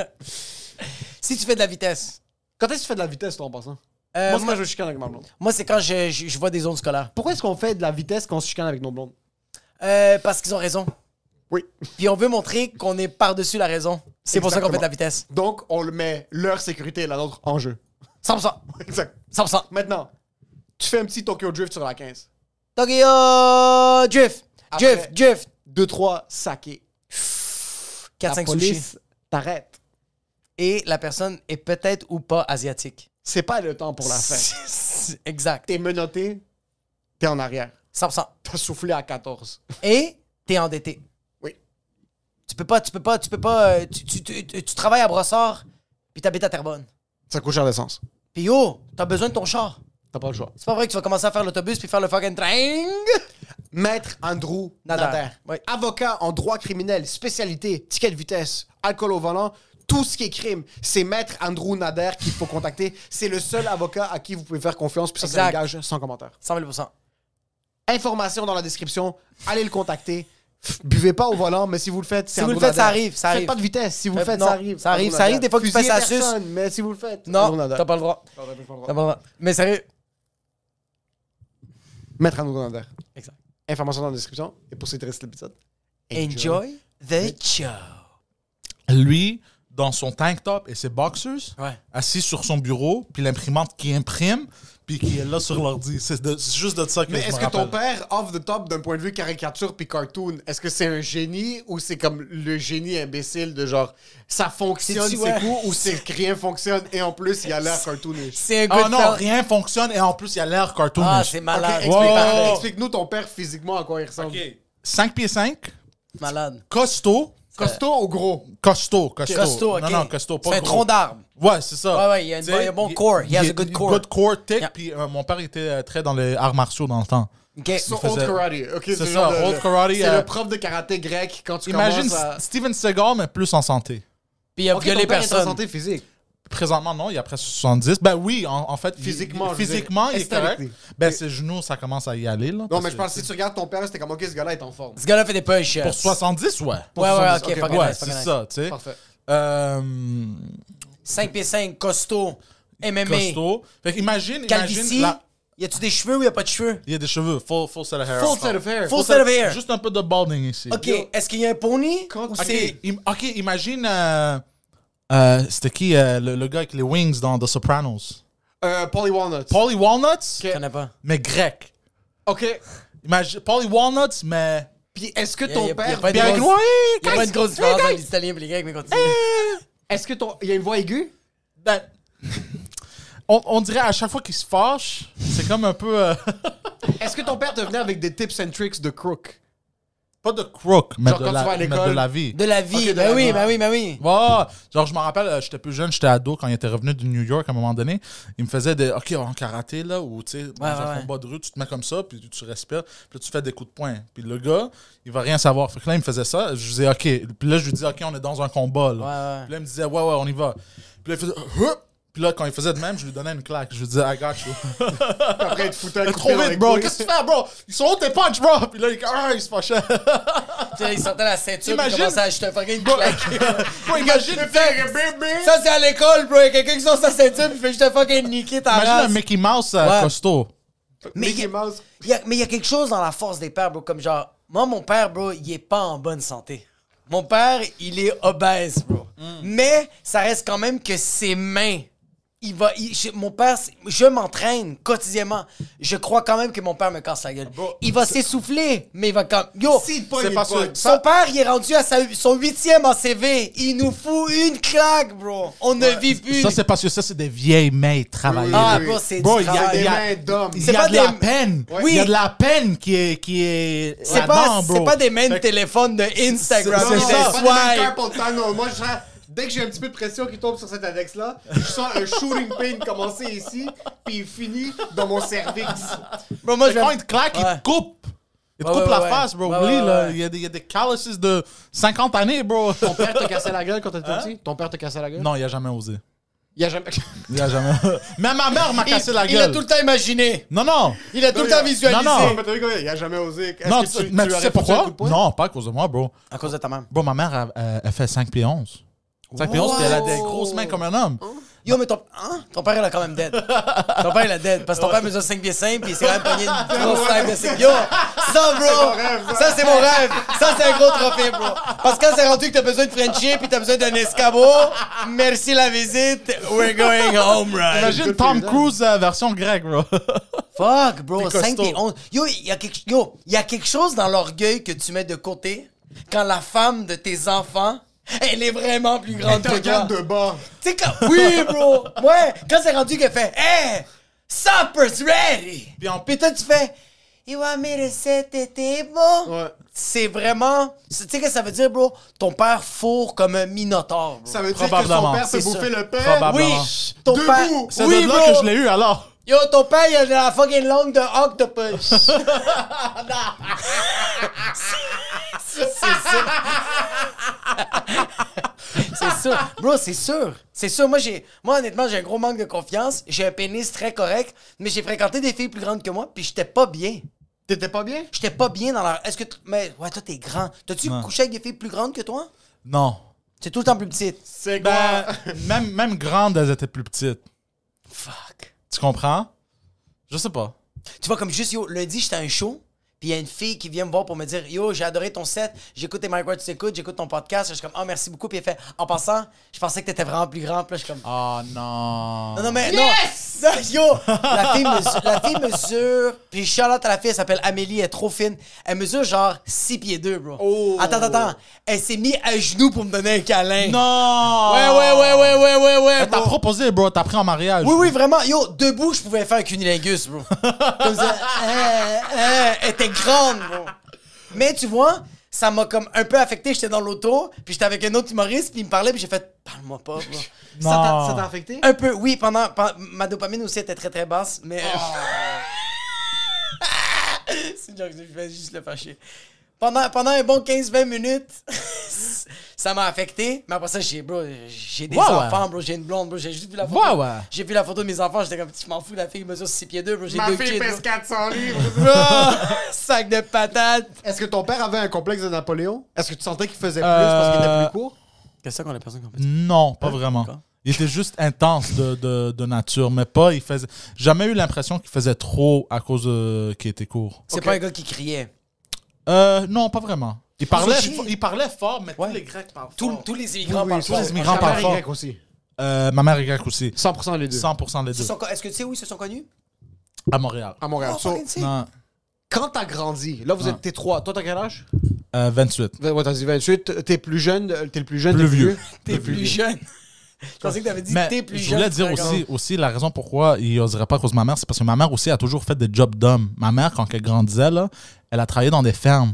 B: Si tu fais de la vitesse.
C: Quand est-ce que tu fais de la vitesse, toi, en passant
B: Euh,
C: Moi, c'est
B: moi,
C: quand je chicane avec ma blonde.
B: moi, c'est quand je, je, je vois des zones scolaires.
C: Pourquoi est-ce qu'on fait de la vitesse quand on se chicane avec nos blondes
B: Euh, parce qu'ils ont raison.
C: Oui.
B: Puis on veut montrer qu'on est par-dessus la raison. C'est pour ça qu'on fait de la vitesse.
C: Donc, on le met leur sécurité et la nôtre en jeu.
B: 100%.
C: Exact.
B: 100%.
C: Maintenant, tu fais un petit Tokyo Drift sur la 15.
B: Tokyo Drift.
C: Après-
B: Drift, Drift.
C: 2-3 saké. La
B: 4-5 sushis.
C: police t'arrête.
B: Et la personne est peut-être ou pas asiatique.
C: C'est pas le temps pour la fin.
B: exact.
C: T'es menotté, t'es en arrière.
B: 100%.
C: T'as soufflé à 14.
B: Et t'es endetté.
C: Oui.
B: Tu peux pas, tu peux pas, tu peux pas. euh, Tu, tu- tu- tu- tu travailles à Brossard, puis t'habites à Terrebonne.
C: Ça coûte cher d'essence.
B: Puis yo, t'as besoin de ton char.
C: T'as pas le choix.
B: C'est pas vrai que tu vas commencer à faire l'autobus puis faire le fucking train.
C: Maître Andrew
B: Nader.
C: Nader.
B: Oui.
C: Avocat en droit criminel, spécialité, ticket de vitesse, alcool au volant, tout ce qui est crime. C'est Maître Andrew Nader qu'il faut contacter. C'est le seul avocat à qui vous pouvez faire confiance. Puis ça, c'est un
B: Exact.
C: gage sans commentaire.
B: 100 000
C: Information dans la description. Allez le contacter. Pff, Buvez pas au volant, mais si vous le faites, c'est
B: Si vous
C: Andrew
B: le faites, ça
C: Nader.
B: arrive, ça
C: Faites
B: arrive.
C: pas de vitesse. Si vous le
B: Faites-
C: faites,
B: non,
C: ça arrive.
B: ça arrive,
C: Andrew
B: ça arrive,
C: Nader.
B: des fois que tu
C: Fusillez
B: fais ça suce.
C: personne, Mais si vous le faites, Andrew
B: Non,
C: Nader.
B: t'as pas le droit. T'as pas le droit. Mais sérieux.
C: Maître Andrew Nader.
B: Exact.
C: Information dans la description. Et pour ceux qui restent l'épisode.
B: Enjoy the show.
D: Lui, dans son tank top et ses boxers,
B: Ouais.
D: assis sur son bureau, puis l'imprimante qui imprime, puis qui est là sur l'ordi. C'est de- c'est juste de ça que
C: Mais
D: je
C: est-ce
D: me
C: que ton
D: rappelle.
C: père, off the top, d'un point de vue caricature puis cartoon, est-ce que c'est un génie ou c'est comme le génie imbécile de genre ça fonctionne,
B: C'est-tu,
C: c'est
B: ouais.
C: cool, ou c'est que rien fonctionne et en plus il a l'air cartoonish?
B: C'est un
D: Ah
B: good
D: non,
B: fella.
D: rien fonctionne et en plus, il a l'air cartoonish.
B: Ah, c'est
C: Ok,
B: malade.
C: explique-
D: Ouais,
B: Parfait.
D: ouais, ouais.
C: Explique-nous ton père physiquement à quoi il ressemble.
D: 5 pieds 5,
B: Malade.
D: costaud,
C: Costaud ou gros?
D: costaud, costaud.
B: Costaud, ok.
D: Non, non, costaud, pas
B: C'est un
D: gros.
B: tronc d'arbre.
D: Ouais, c'est ça.
B: Ouais, ouais, il y a une
D: T'sais,
B: bonne- il y a un bon
D: il-
B: core. He
D: il
B: has
D: y
B: a good
D: il-
B: core.
D: Good core, thick.
B: Yeah.
D: Puis euh, mon père était euh, très dans les arts martiaux dans le temps.
B: Ok.
C: So
D: faisait-
C: old karate. ok,
D: C'est
C: genre
D: ça,
C: le-
D: old
C: le-
D: karate,
C: C'est
D: euh,
C: le prof de karaté grec quand tu
D: Imagine
C: commences à...
D: Steven Seagal, mais plus en santé.
B: Puis il a
C: Ok,
B: violé
C: ton père est en
B: personne.
C: santé physique.
D: Présentement, non, il est après 70. Ben oui, en, en fait, il-
C: Physiquement,
D: il-
C: je
D: physiquement, il est correct.
C: Aesthetically.
D: Ben ses genoux, ça commence à y aller. Là,
C: Non,
D: parce
C: mais je
D: que
C: pense que si tu regardes ton père, c'était comme ok, ce gars-là est en forme.
B: Ce gars-là fait des punches.
D: Pour 70, ouais.
B: Ouais, ouais,
C: 70,
B: ok,
C: ok,
B: fucking
D: Ouais,
B: nice,
D: c'est
B: fucking nice.
D: ça, tu sais.
C: Parfait.
D: Euh,
B: 5 pieds 5, costaud, MMA.
D: costaud. Fait qu'imagine, imagine.
B: Calvitie.
D: la-
B: Y a-tu des cheveux ou y a pas de cheveux?
D: Il y a des cheveux, full, full set of hair.
C: Full
D: encore.
C: set of hair.
B: Full set of hair.
D: Juste un peu de balding ici.
B: Ok, est-ce qu'il y a un pony?
C: Quand-
B: Ou
C: ok.
B: c'est-
D: Ok, im- ok, imagine. euh, euh, C'était qui euh, le, le gars avec les wings dans The Sopranos?
C: Euh, Polly Walnut.
D: Paulie Walnuts,
B: Je connais pas.
D: mais grec.
C: Ok.
D: Imagine, Paulie Walnuts, mais.
C: Puis est-ce que
B: Y a-
C: ton
B: y a- y a
C: père
B: pas de
D: Bien
B: grosse-
D: loin!
B: Y a pas une grosse différence entre les Italiens et les Grecs, mais continue.
C: Est-ce que ton. Il y a une voix aiguë?
D: Ben, on, on dirait à chaque fois qu'il se fâche, c'est comme un peu. euh,
C: Est-ce que ton père te venait avec des tips and tricks de crook?
D: pas de crook, mais,
C: Genre
D: de
C: quand tu
D: la,
C: vas à
D: mais
C: l'école.
D: de la vie.
B: De la vie,
C: Ok, de
B: ben
C: la
B: oui,
C: vie.
B: ben oui, ben oui.
D: Ouais, genre, je me rappelle, euh, j'étais plus jeune, j'étais ado quand il était revenu de New York à un moment donné. Il me faisait des. Ok, en karaté, là, ou tu sais, dans
B: Ouais,
D: un
B: ouais,
D: combat de rue, tu te mets comme ça, puis tu respires, puis là, tu fais des coups de poing. Puis le gars, il va rien savoir. Fait que là, il me faisait ça. Je disais, ok. Puis là, je lui dis, ok, on est dans un combat,
B: Ouais,
D: là.
B: ouais.
D: Puis là, il me disait, ouais, ouais, on y va. Puis là, il faisait, Hup! Puis là, quand il faisait de même, je lui donnais une claque. Je lui disais, I got you.
C: Après, il te foutait un coup de
D: Trop
C: pied dans les
D: vite, bro.
C: couilles.
D: Qu'est-ce que tu fais, bro? Ils sont hauts tes punches, bro. Puis là, il, ah, il se fâchait.
B: Tu sais, Ils sortaient la ceinture, ils
D: T'imagines-
B: commençaient à acheter un fucking claque.
D: Bro, imagine,
B: Ça, c'est à l'école, bro. Y a quelqu'un qui sort sa ceinture, puis fait juste un fucking niquer ta
D: imagine un
B: race.
D: Mickey Mouse euh,
B: Ouais.
D: costaud.
B: Mais
C: Mickey
B: y a-
C: Mouse.
B: Y a- mais il y a quelque chose dans la force des pères, bro. Comme genre, moi, mon père, bro, il est pas en bonne santé. Mon père, il est obèse, bro.
C: Mm.
B: Mais ça reste quand même que ses mains. Il va, il- je- mon père, c'est- je m'entraîne quotidiennement. Je crois quand même que mon père me casse la gueule. il va s'essouffler, mais il va quand Yo!
C: Si, il te pogne,
D: c'est
C: il
D: parce
C: te pogne.
D: que-
B: Son père, il est rendu à sa- son huitième en CV. Il nous fout une claque, bro. On ne vit plus.
D: Ça, c'est parce que ça, c'est des vieilles mains travaillées.
B: ah,
C: oui,
B: bro,
C: oui.
B: c'est
D: Bro,
B: du
D: il y a-
B: travail.
D: il
C: Des
D: y a-
C: mains d'hommes.
D: Il
B: C'est
D: y a
B: pas
D: de la
B: des-
D: peine.
B: Oui.
D: Il y a de la peine qui est. Qui est
B: C'est pas,
D: là-dedans, bro.
B: c'est pas des mains de
D: Fait que-
B: téléphone de Instagram.
D: c'est
B: mais
D: ça.
B: des
D: C'est
C: Pas de même
B: swipes.
C: carpal tunnel. Moi, je sens- Dès que j'ai un petit peu de pression qui tombe sur cet index-là, je sens un shooting pain commencer ici, puis il finit dans mon cervix.
B: Bro, moi, je vais-
D: Quand il te claque, il
B: Ouais.
D: te coupe. Il te
B: Ouais,
D: coupe
B: ouais,
D: la
B: ouais.
D: face, bro.
B: Ouais,
D: Oublie,
B: ouais,
D: là.
B: ouais.
D: Il y a des- il y a des calluses de 50 années, bro. Hein?
C: Ton père te cassait la gueule quand t'étais petit? Ton père te cassait la gueule?
D: Non, il a jamais osé.
C: Il y a jamais.
D: Il y a jamais. Même ma mère m'a cassé la
B: Il a
D: gueule.
B: tout le temps imaginé.
D: Non, non.
B: Il a tout le temps visualisé.
D: Non, non.
C: Mais t'as vu quoi, Il a jamais osé. Est-ce
D: Non,
C: que
D: tu- mais tu
C: aurais
D: sais
C: porté un coup
D: pourquoi?
C: de poing?
D: Non, pas à cause de moi, bro.
B: À cause de ta mère.
D: Bon, ma mère, elle, elle- elle fait 5 pieds 11. 5 pieds 11, puis elle a des grosses mains comme un homme.
B: Yo, mais ton, hein? ton père, il a quand même dead. ton père, il a dead. Parce que ton père mesure 5 pieds 5 puis il s'est quand même pogné une grosse taille de 5 Yo, ça, bro, ça, c'est mon rêve. Ça, c'est un gros trophée, bro. Parce que quand c'est rendu que t'as besoin de friendship puis t'as besoin d'un escabeau, merci la visite, we're going home, right?
D: Imagine Tom Cruise euh, version grecque, bro.
B: Fuck, bro, 5
D: T'es costaud.
B: pieds 11. Yo, il y, a quelque- yo, il y a quelque chose dans l'orgueil que tu mets de côté quand la femme de tes enfants, elle est vraiment plus grande
C: Te
B: que toi.
C: regarde de bas.
B: Tu sais, quand... Oui, bro! Ouais! Quand c'est rendu qu'elle fait « Hey! Supper's ready! »
D: Puis en-
B: Puis toi, tu fais « You want me to set the table?
C: Ouais.
B: C'est vraiment... c'est- Tu sais que ça veut dire, bro? Ton père fourre comme un minotaure, bro.
C: Ça veut dire que son
D: Probablement.
C: père s'est
B: C'est
C: bouffé
B: ça.
C: le pain.
D: Probablement.
B: Oui! Ton
C: Debout.
B: père...
D: C'est
B: oui,
D: de là
B: bro!
D: que je l'ai eu, alors.
B: Yo, ton père, il a de la fucking langue de octopus! c'est sûr! C'est sûr! Bro, c'est sûr! C'est sûr, moi, j'ai... Moi, honnêtement, j'ai un gros manque de confiance, j'ai un pénis très correct, mais j'ai fréquenté des filles plus grandes que moi, puis j'étais pas bien.
C: T'étais pas bien?
B: J'étais pas bien dans leur... Est-ce que... t- Mais, ouais, toi, t'es grand. T'as-tu
D: Ouais.
B: couché avec des filles plus grandes que toi?
D: Non.
B: C'est tout le temps plus petite.
C: C'est
D: Ben,
C: quoi?
D: même, même grande, elles étaient plus petites.
B: Fuck.
D: Tu comprends? Je sais pas.
B: Tu vois, comme juste, yo, lundi, j'étais à un show, puis il y a une fille qui vient me voir pour me dire, yo, j'ai adoré ton set, j'écoute tes micro, tu t'écoutes, j'écoute ton podcast. Je suis comme, ah, merci beaucoup. Puis elle fait, en passant, je pensais que t'étais vraiment plus grand. Puis là, je suis comme,
D: Ah non.
B: non, non, mais non. Yo, la fille, mesure, la fille mesure. Puis Charlotte à la fille, elle s'appelle Amélie, elle est trop fine. Elle mesure genre 6 pieds 2, bro. Attends, attends, attends. Elle s'est mise à genoux pour me donner un câlin.
D: Non!
B: Ouais, ouais, ouais, ouais, ouais, ouais, ouais.
D: Elle t'a
B: bro.
D: proposé, bro. T'as pris en mariage.
B: Oui, oui, vraiment. Yo, debout, je pouvais faire un cunilingus, bro. Comme ça. euh, euh, elle était grande, bro. Mais tu vois, ça m'a comme un peu affecté. J'étais dans l'auto, puis j'étais avec un autre humoriste, puis il me parlait, puis j'ai fait Parle-moi pas, bro.
D: Non.
C: Ça t'a- ça t'a affecté?
B: Un peu, oui, pendant, pen- Ma dopamine aussi était très très basse, mais. euh, C'est une joke, je vais juste le fâcher. Pendant, pendant un bon 15-20 minutes, ça m'a affecté. Mais après ça, j'ai, bro, j'ai des
D: Ouais, ouais.
B: enfants, bro, j'ai une blonde, bro, j'ai juste vu la photo.
D: Ouais, ouais.
B: J'ai vu la photo de mes enfants, j'étais comme, je m'en fous, la fille mesure 6 pieds 2, bro, j'ai
C: Ma
B: deux
C: fille
B: kids.
C: pèse
B: bro.
C: 400 livres.
B: Bro, sac de patates.
C: Est-ce que ton père avait un complexe de Napoléon? Est-ce que tu sentais qu'il faisait plus
D: Euh,
C: parce qu'il était plus court?
B: Qu'est-ce qu'on a personne comme
D: Non, pas vraiment. Il était juste intense de, de, de nature, mais pas. Il faisait. Jamais eu l'impression qu'il faisait trop à cause de- qu'il était court.
B: C'est pas un gars qui criait.
D: Euh, non, pas vraiment. Il parlait,
B: Ils sont chiés.
D: il parlait fort, mais tous les Grecs parlent
B: Tout-
D: fort.
B: tous les immigrants
C: Oui,
B: parlent
C: ça,
B: fort.
D: les immigrants
C: Ma
D: parlent
C: mère
D: fort.
C: est grecque aussi.
D: Euh, ma mère est grecque aussi.
C: 100% les deux.
D: 100% les deux.
B: Se sont- Est-ce que tu sais où ils se sont connus?
D: À Montréal.
C: À Montréal.
B: Oh,
C: So,
B: fucking sick.
D: Non.
C: quand t'as grandi, là, vous êtes t'es trois. Toi, t'as quel âge?
D: Euh, 28.
C: V- Ah. Ben, Ouais, t'as dit 28. T'es plus jeune. euh, T'es le plus jeune.
D: Plus
C: t'es
D: vieux.
B: T'es plus jeune. Je pensais que t'avais dit
D: Mais
B: t'es plus
D: je
B: jeune.
D: voulais dire aussi, aussi la raison pourquoi il oserait pas à cause de ma mère, c'est parce que ma mère aussi a toujours fait des jobs d'homme. Ma mère, quand elle grandissait, là, elle a travaillé dans des fermes.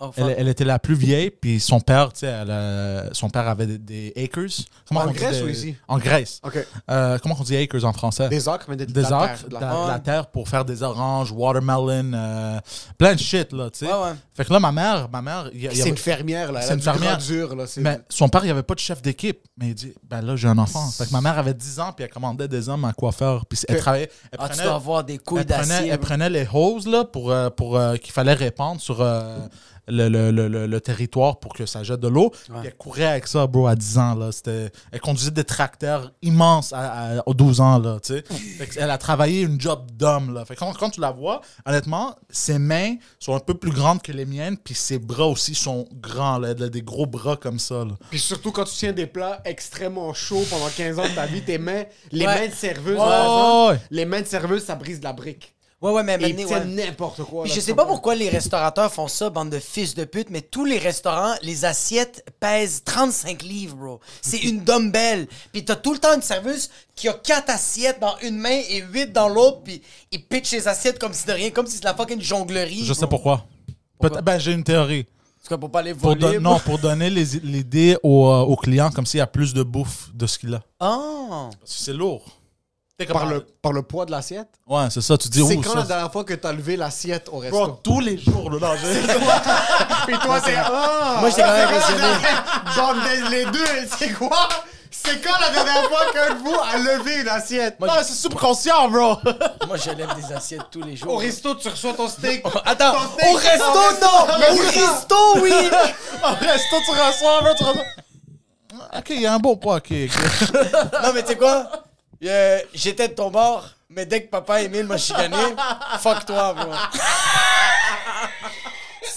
B: oh,
D: Elle, elle était la plus vieille, puis son père, tu sais, elle, euh, son père avait des, des acres. Comment
C: En
D: on dit
C: Grèce
D: des-
C: ou ici?
D: En Grèce.
C: OK.
D: Euh, comment on dit acres en français?
C: Des acres, mais des,
D: Des
C: de la
D: acres,
C: terre, de
D: de
C: la
D: la,
C: terre.
D: de la terre pour faire des oranges, watermelon, euh, plein de shit, là, tu sais.
B: Ouais, ouais.
D: Fait que là, ma mère, ma mère, il y a- il y
C: C'est
D: avait-
C: une fermière, là.
D: C'est
C: Elle a
D: une
C: du grand
D: fermière.
C: dur, là. c'est-
D: mais Ben, son père, il n'y avait pas de chef d'équipe. Mais il dit, ben là, j'ai un enfant. Fait que ma mère avait 10 ans, puis elle commandait des hommes à coiffeur. Puis elle travaillait. Elle
B: Ah, tu
D: prenait,
B: dois avoir des couilles
D: elle prenait,
B: d'acier.
D: elle prenait les hoses, là, pour, euh, pour, euh, qu'il fallait répandre sur euh, le, le- le- le- le territoire pour que ça jette de l'eau. Puis elle courait avec ça, bro, à 10 ans, là. C'était- Elle conduisait des tracteurs immenses à, à- aux 12 ans, là, tu sais. Fait que elle a travaillé une job d'homme, là. Fait que quand, quand tu la vois, honnêtement, ses mains sont un peu plus grandes que les miennes, puis ses bras aussi sont grands, là. Elle a des gros bras comme ça, là.
C: Puis surtout quand tu tiens des plats extrêmement chauds pendant 15 ans de ta vie, tes mains, les
B: Ouais.
C: mains de serveuse,
B: Ouais,
C: par
D: ouais,
C: exemple, les mains de serveuse, ça brise de la brique.
B: Ouais, ouais, mais
C: Et ils
B: maintenant, ouais.
C: tiennent n'importe quoi.
B: Puis
C: là,
B: je
C: tu
B: sais pas
C: comprends?
B: pourquoi les restaurateurs font ça, bande de fils de pute, mais tous les restaurants, les assiettes pèsent 35 livres, bro. C'est une dumbbell. Puis t'as tout le temps une serveuse qui a quatre assiettes dans une main et huit dans l'autre, puis ils pitchent les assiettes comme si de rien, comme si c'était la fucking jonglerie.
D: Je sais pourquoi. Peut- ben, j'ai une théorie.
B: Parce que pour pas les
D: Pour
B: voler. bro.
D: don- non, pour donner les- l'idée aux, euh, aux clients, comme s'il y a plus de bouffe de ce qu'il a.
B: Ah.
D: Parce que c'est lourd. T'es comme
C: Par le, par le poids de l'assiette.
D: Ouais, c'est ça, tu dis
C: C'est
D: où
C: quand
D: ça?
C: la dernière fois que t'as levé l'assiette au
D: Bro,
C: resto?
D: tous les jours, là. non, j'ai-
C: Puis toi, c'est... Ah!
B: Moi, j'étais quand même impressionné.
C: Bande des- les deux, c'est quoi? C'est quand la dernière fois qu'un de vous a levé une assiette?
D: Non, c'est subconscient, bro.
E: Moi, je lève des assiettes tous les jours.
C: Au resto, tu reçois ton steak.
E: Attends,
C: Ton steak,
E: au resto,
C: ton resto,
E: non!
C: ton
E: Au
C: resto.
E: resto, oui!
D: En resto, tu reçois, bro, tu reçois. Ok, il y a un bon poids, ok. ok.
E: Non, mais tu sais quoi? Euh, J'étais de ton bord, mais dès que papa Emile m'a chicané, fuck toi, bro.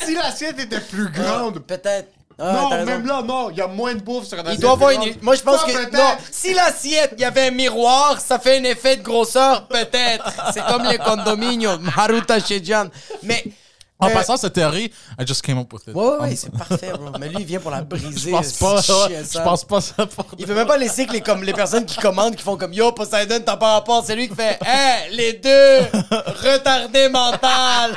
C: Si l'assiette était plus grande,
E: Peut-être. Ah,
C: non,
E: t'as raison.
C: même là, non, il y a moins de bouffe sur une assiette.
E: Il doit avoir
C: plus
E: une.
C: grande.
E: Moi, je pense
C: Ça,
E: que.
C: peut-être.
E: Non, si l'assiette, il y avait un miroir, ça fait un effet de grosseur, peut-être. C'est comme les condominiums, Haruta Shejan. Mais.
D: En
E: euh,
D: passant, cette théorie, I just came up with it.
E: Ouais, ouais, ouais,
D: Um,
E: c'est parfait, bro. Mais lui, il vient pour la briser.
D: Je pense pas,
E: ce
D: ouais,
E: chien
D: je
E: sale.
D: pense pas ça pour
E: Il veut même pas laisser que les, comme, les personnes qui commandent, qui font comme Yo, Poseidon, t'as pas rapport. C'est lui qui fait
B: eh,
E: Hein, les deux, retardé mental.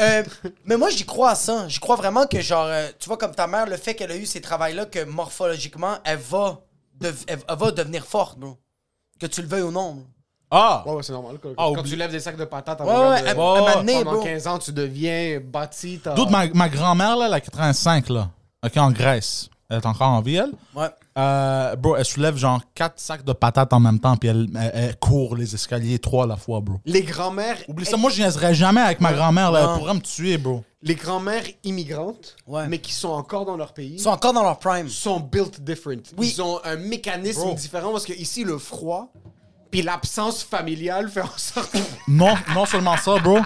B: Euh, mais moi, j'y crois à ça. J'y crois vraiment que, genre, euh, tu vois, comme ta mère, le fait qu'elle a eu ces travails-là, que morphologiquement, elle va, dev- elle, elle va devenir forte, bro. Que tu le veuilles ou non. bro.
D: Ah!
C: Ouais, ouais, c'est normal. Quand,
D: Ah,
C: quand
D: oublie.
C: tu lèves des sacs de patates en
B: Ouais,
C: regard
B: ouais,
C: de-
B: elle- elle
D: ouais,
B: m'a amené,
C: pendant
B: bro.
C: 15 ans, tu deviens bâti. t'as-
D: D'autres, ma, ma grand-mère, là, elle a 85, là. OK, en Grèce. Elle est encore en vie, elle.
B: Ouais.
D: Euh, bro, elle soulève genre 4 sacs de patates en même temps, puis elle, elle- elle court les escaliers trois à la fois, bro.
C: Les grands-mères
D: Oublie ça, moi, je niaiserais jamais avec ma grand-mère, là.
B: Non.
D: Elle pourrait me tuer, bro.
C: les grands-mères immigrantes,
B: Ouais.
C: mais qui sont encore dans leur pays,
B: Ils sont encore dans leur prime.
C: sont built different. Ils ont un mécanisme
D: Bro.
C: différent parce que ici le froid puis l'absence familiale fait en sorte
D: Non, non seulement ça, bro.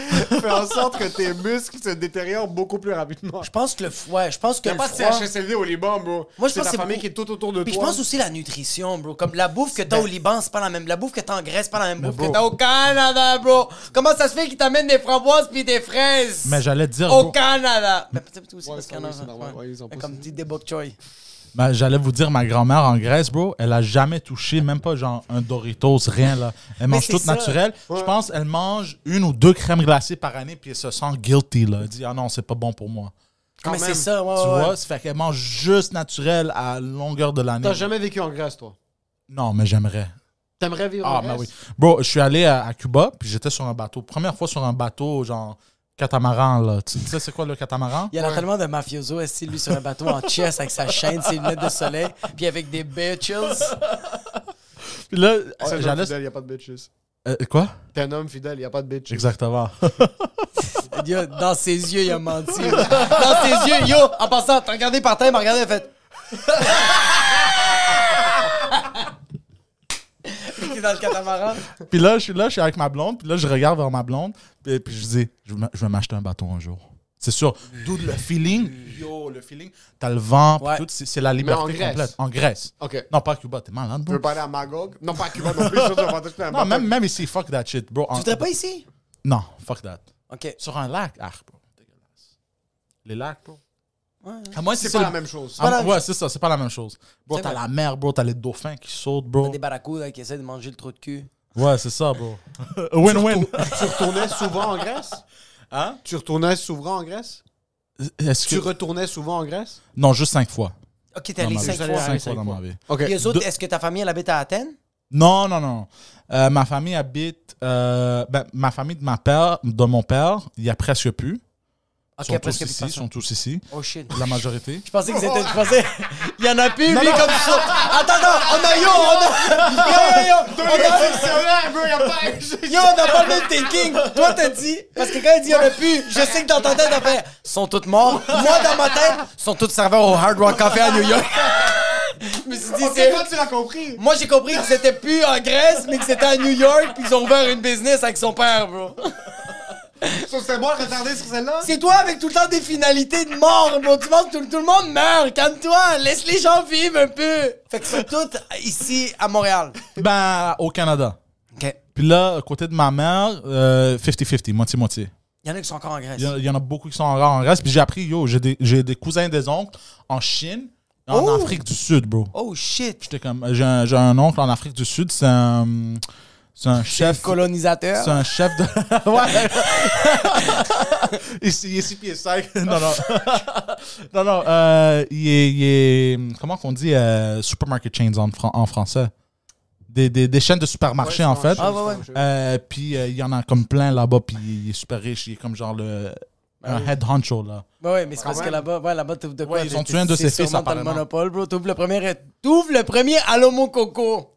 C: fait en sorte que tes muscles se détériorent beaucoup plus rapidement.
B: Je pense que le froid, je pense que
C: Y'a
B: le
C: pas de
B: froid...
C: CHSLD au Liban, bro.
B: Moi, je
C: c'est
B: pense que
C: la
B: c'est
C: famille
B: beaucoup-
C: qui est tout autour de
B: Puis je
C: toi.
B: pense aussi la nutrition, bro. Comme la bouffe que t'as au Liban, c'est pas la même. La bouffe que t'as en Grèce, c'est pas la même bouffe
D: Ben bro.
B: que t'as au Canada, bro. Comment ça se fait qu'ils t'amènent des framboises puis des fraises
D: Mais j'allais te dire,
B: au
D: bro,
B: Canada? Mais peut-être aussi
C: Ouais,
B: parce
C: ça,
B: qu'il y en
C: oui, c'est normal.
B: a.
C: Ouais, ils ont
B: Mais
C: pas
B: Comme
C: ça.
B: dit des bok choy.
D: ben, j'allais vous dire, ma grand-mère en Grèce, bro, elle a jamais touché, même pas genre un Doritos, rien, là. Elle mange
B: c'est
D: tout
B: ça.
D: naturel. Je pense elle mange une ou deux crèmes glacées par année, puis elle se sent guilty, là. Elle dit, ah non, c'est pas bon pour moi.
C: Quand
B: Mais c'est
C: même.
B: ça, ouais,
D: Tu
B: Ah ouais.
D: vois, ça fait qu'elle mange juste naturel à longueur de l'année.
C: T'as jamais vécu en Grèce, toi.
D: Non, mais j'aimerais.
C: T'aimerais vivre en
D: Ah,
C: Grèce?
D: mais oui. Bro, je suis allé à, à Cuba, puis j'étais sur un bateau. Première fois sur un bateau, genre catamaran, là. Tu tu sais, c'est quoi le catamaran?
E: Il y en a tellement de mafioso, est lui, sur un bateau en chess avec sa chaîne, ses lunettes de soleil, puis avec des bitches.
D: Puis là,
C: T'es Ah, un
D: euh,
C: homme
D: j'allais.
C: fidèle, y a pas de bitches.
D: Euh, quoi?
C: T'es un homme fidèle, y a pas de bitches.
D: Exactement.
E: Yo, dans ses yeux, il a menti. Dans ses yeux, yo, en passant, t'as regardé par terre, il m'a regardé, il a fait.
B: T'es dans le catamaran.
D: puis là, je suis là, je suis avec ma blonde, puis là, je regarde vers ma blonde, puis, puis je dis, je vais m'a- je vais m'acheter un bateau un jour. C'est sûr. D'où le feeling. Yo, le feeling. T'as le vent, puis
E: Ouais.
D: tout, c'est c'est la
C: en
D: liberté
C: Grèce.
D: complète. En Grèce.
C: Ok.
D: Non, pas à Cuba, t'es malade,
C: Tu
D: bro.
C: veux pas aller à Magog? Non, pas à Cuba non plus. ça, tu vas pas toucher à
D: Non,
C: Magog.
D: même, même ici, fuck that shit, bro. En-
B: Tu voudrais pas ici?
D: Non, fuck that.
B: Ok.
D: Sur un lac, ah, bro. Dégueulasse. Les lacs, bro. À moi,
C: C'est pas la même chose.
D: Ah, ouais, c'est ça, c'est pas la même chose. Bro,
B: C'est
D: t'as
B: vrai.
D: la mer, bro, t'as les dauphins qui sautent, bro.
B: Des barracudas qui essaient de manger le trou de cul.
D: Ouais, c'est ça, bro. Win-win.
C: Ah, Tu retournais souvent en Grèce?
D: Hein?
C: Tu retournais souvent en Grèce?
D: Est-ce
C: Tu
D: que...
C: retournais souvent en Grèce?
D: Non, juste cinq fois.
B: Ok, t'es
D: dans
B: allé
D: ma
B: cinq
D: vie.
B: fois.
D: Cinq fois
C: Cinq
D: dans
C: fois.
D: ma vie.
C: Ok.
B: Puis eux autres, est-ce que ta famille, elle habite à Athènes?
D: Non, non, non. Euh, ma famille habite... euh, ben, ma famille de, ma père, de mon père, il y a presque plus. Ils
B: Ok,
D: sont
B: presque
D: tous
B: plus
D: ici,
B: personne.
D: sont tous ici.
B: Oh shit.
D: La majorité.
E: Je pensais que c'était. Je pensais. Il y en a plus, lui,
B: non.
E: comme ça. Attends, attends, on a yo, on a. Yo, yo, yo, on a. Yo, on n'a pas le même thinking. Toi, t'as dit. Parce que quand il dit il y en a plus, je sais que dans ta tête, t'as fait. Sont toutes morts. Moi, dans ma tête, sont toutes serveurs au Hard Rock Café à New York. je me suis dit,
C: Ok,
E: c'est-
C: toi, tu l'as compris.
E: Moi, j'ai compris qu'ils étaient plus en Grèce, mais que c'était à New York, puis qu'ils ont ouvert une business avec son père, bro.
C: Ça, C'est moi le retardé sur celle-là?
E: C'est toi avec tout le temps des finalités de mort, bro. Tu penses que tout, tout le monde meurt. Calme-toi. Laisse les gens vivre un peu.
B: Fait que c'est tout ici à Montréal.
D: Ben, au Canada.
B: Ok.
D: Puis là, à côté de ma mère, euh, 50-50, moitié-moitié.
B: Il y en a qui sont encore en Grèce.
D: Il y, en- il y en a beaucoup qui sont encore en Grèce. Puis j'ai appris, yo, j'ai des, j'ai des cousins et des oncles en Chine, en
B: Oh!
D: Afrique du Sud, bro.
B: Oh shit.
D: J'étais comme, j'ai un, j'ai un oncle en Afrique du Sud, c'est un, c'est un chef.
E: Colonisateur.
D: C'est un chef de. ouais! il, est- il est 6 pieds 5. Non, non. non, non. euh, il, est, il est- Comment qu'on dit euh, supermarket chains en, fran- en français? Des, des, des chaînes de supermarchés, en fait.
B: Ah, ouais, ouais.
D: Euh, puis euh, il y en a comme plein là-bas, puis il est super riche. Il est comme genre le un head honcho, là.
B: Ben ouais, mais c'est parce que là-bas, ouais, là-bas, t'ouvres de quoi?
D: ils
B: t'es-
D: ont tué un de
B: c'est
D: ses fils,
B: sûrement t'as le
D: apparemment.
B: monopole, bro. T'ouvres le premier, t'ouvres le premier Allo mon coco.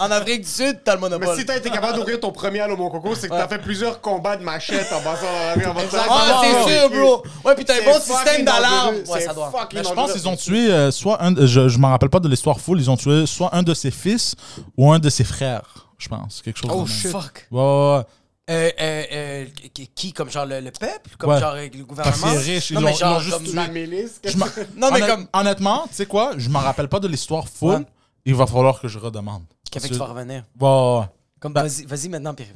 B: En Afrique du Sud, t'as le
C: Mais
B: monopole.
C: si t'as été capable d'ouvrir ton premier Allo Mon Coco, c'est que t'as fait plusieurs combats de machette en passant dans la rue avant de faire-
B: Ah,
C: Ouais,
B: c'est
C: ouais,
B: sûr,
C: ouais.
B: bro. Ouais, puis t'as un
C: C'est
B: bon
C: fucking
B: système d'alarme.
C: dangereux,
B: Ouais,
C: c'est
B: ça doit.
C: fucking
D: Mais je pense
C: dangereux.
D: qu'ils ont tué euh, soit un. Je, je m'en rappelle pas de l'histoire full. Ils ont tué soit un de ses fils ou un de ses frères, je pense. Quelque chose. de
B: Oh,
D: même.
B: fuck.
D: Ouais, ouais, ouais.
B: Euh, euh, euh, qui- qui, comme genre le, le peuple? Comme
D: Ouais.
B: genre euh, le gouvernement?
D: Parce que c'est riche, ils
B: Non, mais
D: l'ont- ils
B: genre,
D: l'ont juste
B: comme-
D: tué.
C: La milice.
D: Je m'en-
B: Non, mais
D: honnête-
B: comme-
D: Honnêtement, tu sais quoi? Je m'en rappelle pas de l'histoire full.
B: Ouais.
D: Il va falloir que je redemande.
B: Québec,
D: Parce
B: tu
D: que-
B: vas revenir.
D: Ouais, ouais, ouais.
B: Comme,
D: Bah-
B: vas-y, vas-y maintenant, Pierre.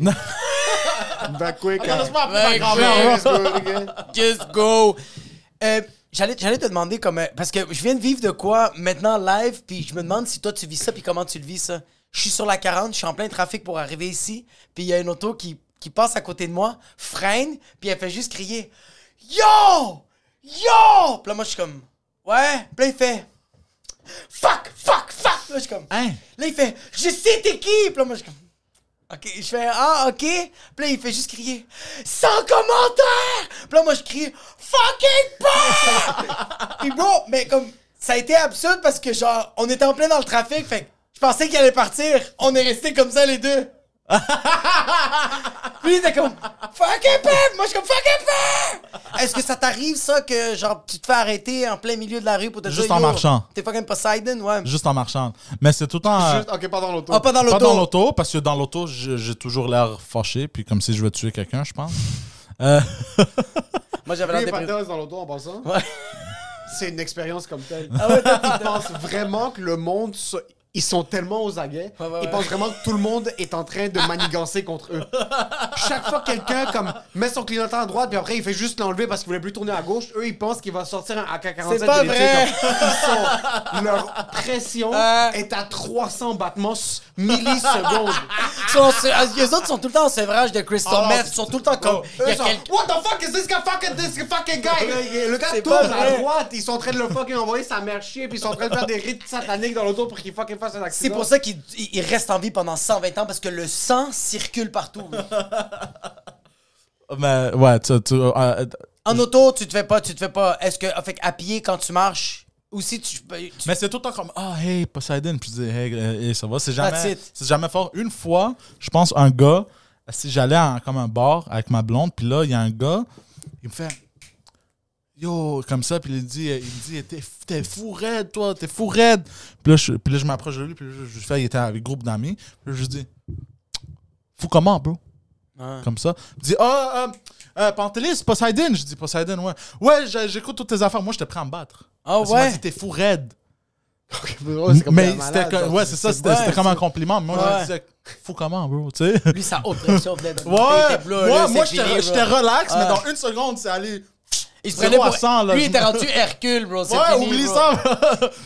C: Back quick.
B: Ouais,
C: Let's go again.
B: Just go. Euh, J'allais j'allais te demander comme euh, parce que je viens de vivre de quoi maintenant live puis je me demande si toi tu vis ça puis comment tu le vis ça. Je suis sur la 40, je suis en plein trafic pour arriver ici, puis il y a une auto qui qui passe à côté de moi, freine, puis elle fait juste crier "Yo! Yo!" Puis là moi je suis comme "Ouais." Puis là il fait "Fuck, fuck, fuck." Là je suis comme
D: Hein?
B: Là, il fait Je sais t'es qui Puis là, moi, je suis comme. Ok, je fais Ah, ok. Puis là, il fait juste crier Sans commentaire Puis là, moi, je crie Fucking pas Puis bon, mais comme. Ça a été absurde parce que, genre, on était en plein dans le trafic, fait que je pensais qu'il allait partir. On est restés comme ça, les deux. Puis il était comme Fucking pas Moi, je suis comme Fucking pas Est-ce que ça t'arrive, ça, que, genre, tu te fais arrêter en plein milieu de la rue pour te
D: Juste
B: dire,
D: en
B: Yo,
D: marchant.
B: T'es fucking Poseidon, ouais.
D: Juste en marchant. Mais c'est tout le temps. euh,
C: Juste- Ok, pas dans l'auto.
B: Ah, pas dans
D: Pas
B: l'auto.
D: dans l'auto, parce que dans l'auto, je- j'ai toujours l'air fâché, puis comme si je veux tuer quelqu'un, je pense.
B: Moi, j'avais
C: Lui,
B: l'air
C: il est pas
B: déprimé.
C: dans- dans l'auto en passant. C'est une expérience comme telle.
B: Ah ouais, toi,
C: Ils pensent vraiment que le monde. se- Ils sont tellement aux aguets.
B: ouais,
C: Ils
B: ouais.
C: pensent vraiment que tout le monde est en train de manigancer contre eux. Chaque fois que quelqu'un comme met son clignotant à droite, puis après il fait juste l'enlever parce qu'il voulait plus tourner à gauche, eux ils pensent qu'il va sortir un AK-47.
B: C'est pas
C: et les tuer
B: vrai. Euh.
C: comme- Ils sont... Leur pression
B: Ouais.
C: est à 300 battements s- millisecondes.
B: Ils sont- se- les autres sont tout le temps en sevrage de crystal
C: Ah,
B: meth. Ils sont tout le temps comme. Il y a
C: Eux sont,
B: quelqu'un.
C: What the fuck is this guy fucking this fucking guy? Le, le gars
B: C'est
C: tourne
B: pas
C: à
B: vrai.
C: droite, ils sont en train de le fucking envoyer sa mère chier, puis ils sont en train de faire des rites sataniques dans l'auto pour qu'il fucking fasse un accident.
B: C'est pour ça qu'ils ils- ils restent en vie pendant 120 ans parce que le sang circule partout.
D: Mais ouais, tu. tu, euh, euh,
B: En auto, tu te fais pas, tu te fais pas. Est-ce que, fait à pied quand tu marches aussi tu. ben, tu-
D: mais c'est tout le temps comme Ah, hey, Poseidon. Puis je dis Hey, euh, hey, ça va. C'est jamais,
B: it.
D: c'est jamais fort. Une fois, je pense, un gars, si j'allais à comme un bar avec ma blonde, puis là, il y a un gars, il me fait Yo, comme ça, puis il dit, il me dit T'es- T'es fou raide, toi, t'es fou raide. Puis là, je, puis là, je m'approche de lui, puis je, je fais Il était avec un groupe d'amis. Puis là, je lui dis Fou comment, bro Comme ça. Il dit Ah, euh, euh, Pantelis, Poseidon. Je dis Poseidon, ouais. Ouais, j'a- j'écoute toutes tes affaires. Moi, je te prends à me battre.
B: Ah
D: Parce qu'il m'a
B: ouais?
D: dit, T'es fou raide.
C: Ouais, c'est comme
D: mais
C: un malade,
D: c'était comme-
C: genre,
D: ouais, c'est ça, c'était c'était
B: ouais,
D: comme un compliment. Mais moi,
B: Ouais.
D: je disais, fou comment, bro, tu sais. Ouais,
B: Lui, ça haute pression venait de. Il était bleu,
D: moi,
B: là,
D: moi
B: c'est
D: j'étais
B: fini,
D: j'étais
B: bro.
D: relax, mais
B: Ah.
D: dans une seconde, c'est allé.
B: Il se prenait pour.
D: 300, là.
B: Lui, il était rendu Hercule, bro. c'est
D: Ouais,
B: fini,
D: oublie
B: bro.
D: ça.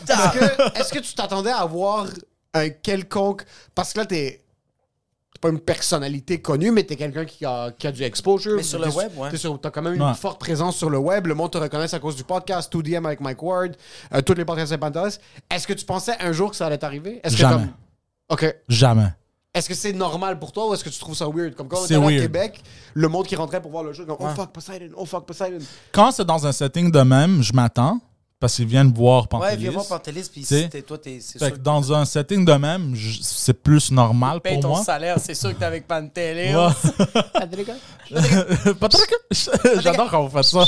C: Est-ce que, est-ce que tu t'attendais à avoir un quelconque. Parce que là, t'es. t'es pas une personnalité connue, mais t'es quelqu'un qui a, qui a du exposure.
B: Mais sur le
C: T'es-
B: web, ouais.
C: t'es sur- T'as quand même
D: Ouais.
C: une forte présence sur le web. Le monde te reconnaît à cause du podcast 2DM avec Mike Ward, euh, tous les podcasts de Pantelis. Est-ce que tu pensais un jour que ça allait t'arriver? Est-ce que
D: Jamais.
C: comme- Ok.
D: Jamais.
C: Est-ce que c'est normal pour toi ou est-ce que tu trouves ça weird? Comme quand on
D: C'est
C: était allé au
D: weird.
C: Québec, le monde qui rentrait pour voir le jeu, comme Oh fuck Poseidon, oh fuck Poseidon.
D: Quand c'est dans un setting de même, je m'attends parce qu'ils viennent voir
B: Ouais,
D: Pantelis.
B: viens voir Pantelis, puis
D: T'sais.
B: si t'es- toi, t'es. c'est
D: Fait
B: sûr
D: que
B: que
D: dans un setting de même, je- c'est plus normal
B: Paye
D: pour
B: ton
D: moi.
B: salaire, c'est sûr que t'es avec Pantelis.
D: Ouais.
C: Allez, les gars.
D: Patrick, J'adore quand vous faites ça.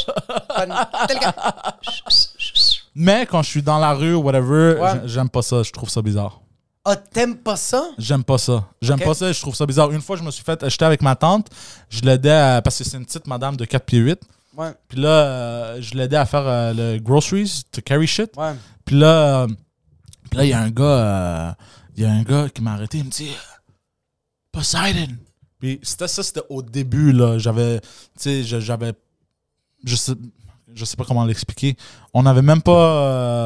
D: Mais quand je suis dans la rue ou whatever,
B: Ouais.
D: j'a- j'aime pas ça. Je trouve ça bizarre.
B: Ah, t'aimes pas ça?
D: J'aime pas ça. J'aime
B: Ok.
D: pas ça. Je trouve ça bizarre. Une fois, je me suis fait. J'étais avec ma tante. Je l'aidais à. Parce que c'est une petite madame de 4 pieds 8.
B: Ouais,
D: Puis là, euh, je l'aidais à faire euh, le groceries, to carry shit.
B: ouais.
D: Puis là, euh, puis là, il y a un gars, euh, il y a un gars qui m'a arrêté, il me dit Poseidon. Puis c'était ça, c'était au début là, j'avais, tu sais, je- j'avais, je sais, je sais pas comment l'expliquer. On n'avait même pas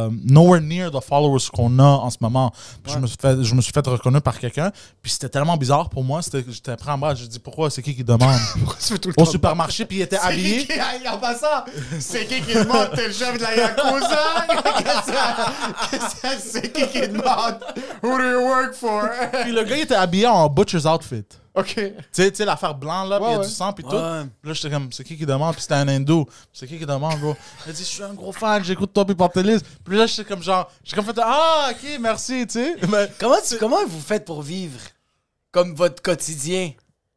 D: euh, nowhere near the followers qu'on a en ce moment. Puis Je me suis fait, je me suis fait reconnaître par quelqu'un. Puis c'était tellement bizarre pour moi, c'était, j'étais pris en bas, je dis pourquoi, c'est qui qui demande
C: Pourquoi tu fais tout le
D: au
C: temps-
D: supermarché, puis il était habillé.
C: C'est qui qui- en passant, c'est qui qui demande T'es le chef de la Yakuza Qu'est-ce que ça- C'est qui qui demande Who do you work for
D: Puis le gars il était habillé en butcher's outfit.
C: OK.
D: Tu sais, tu sais, l'affaire blanc, là, puis il y a
C: Ouais,
D: du
C: ouais.
D: sang, puis
B: Ouais.
D: tout. Puis là, j'étais comme, c'est qui qui demande? Puis c'était un indo. C'est qui qui demande, bro? Il a dit, je suis un gros fan, j'écoute Top Hip Hop Playlist. Puis là, j'étais comme genre, j'ai comme fait, ah, ok, merci, tu sais. Mais
E: Comment, tu, comment vous faites pour vivre comme votre quotidien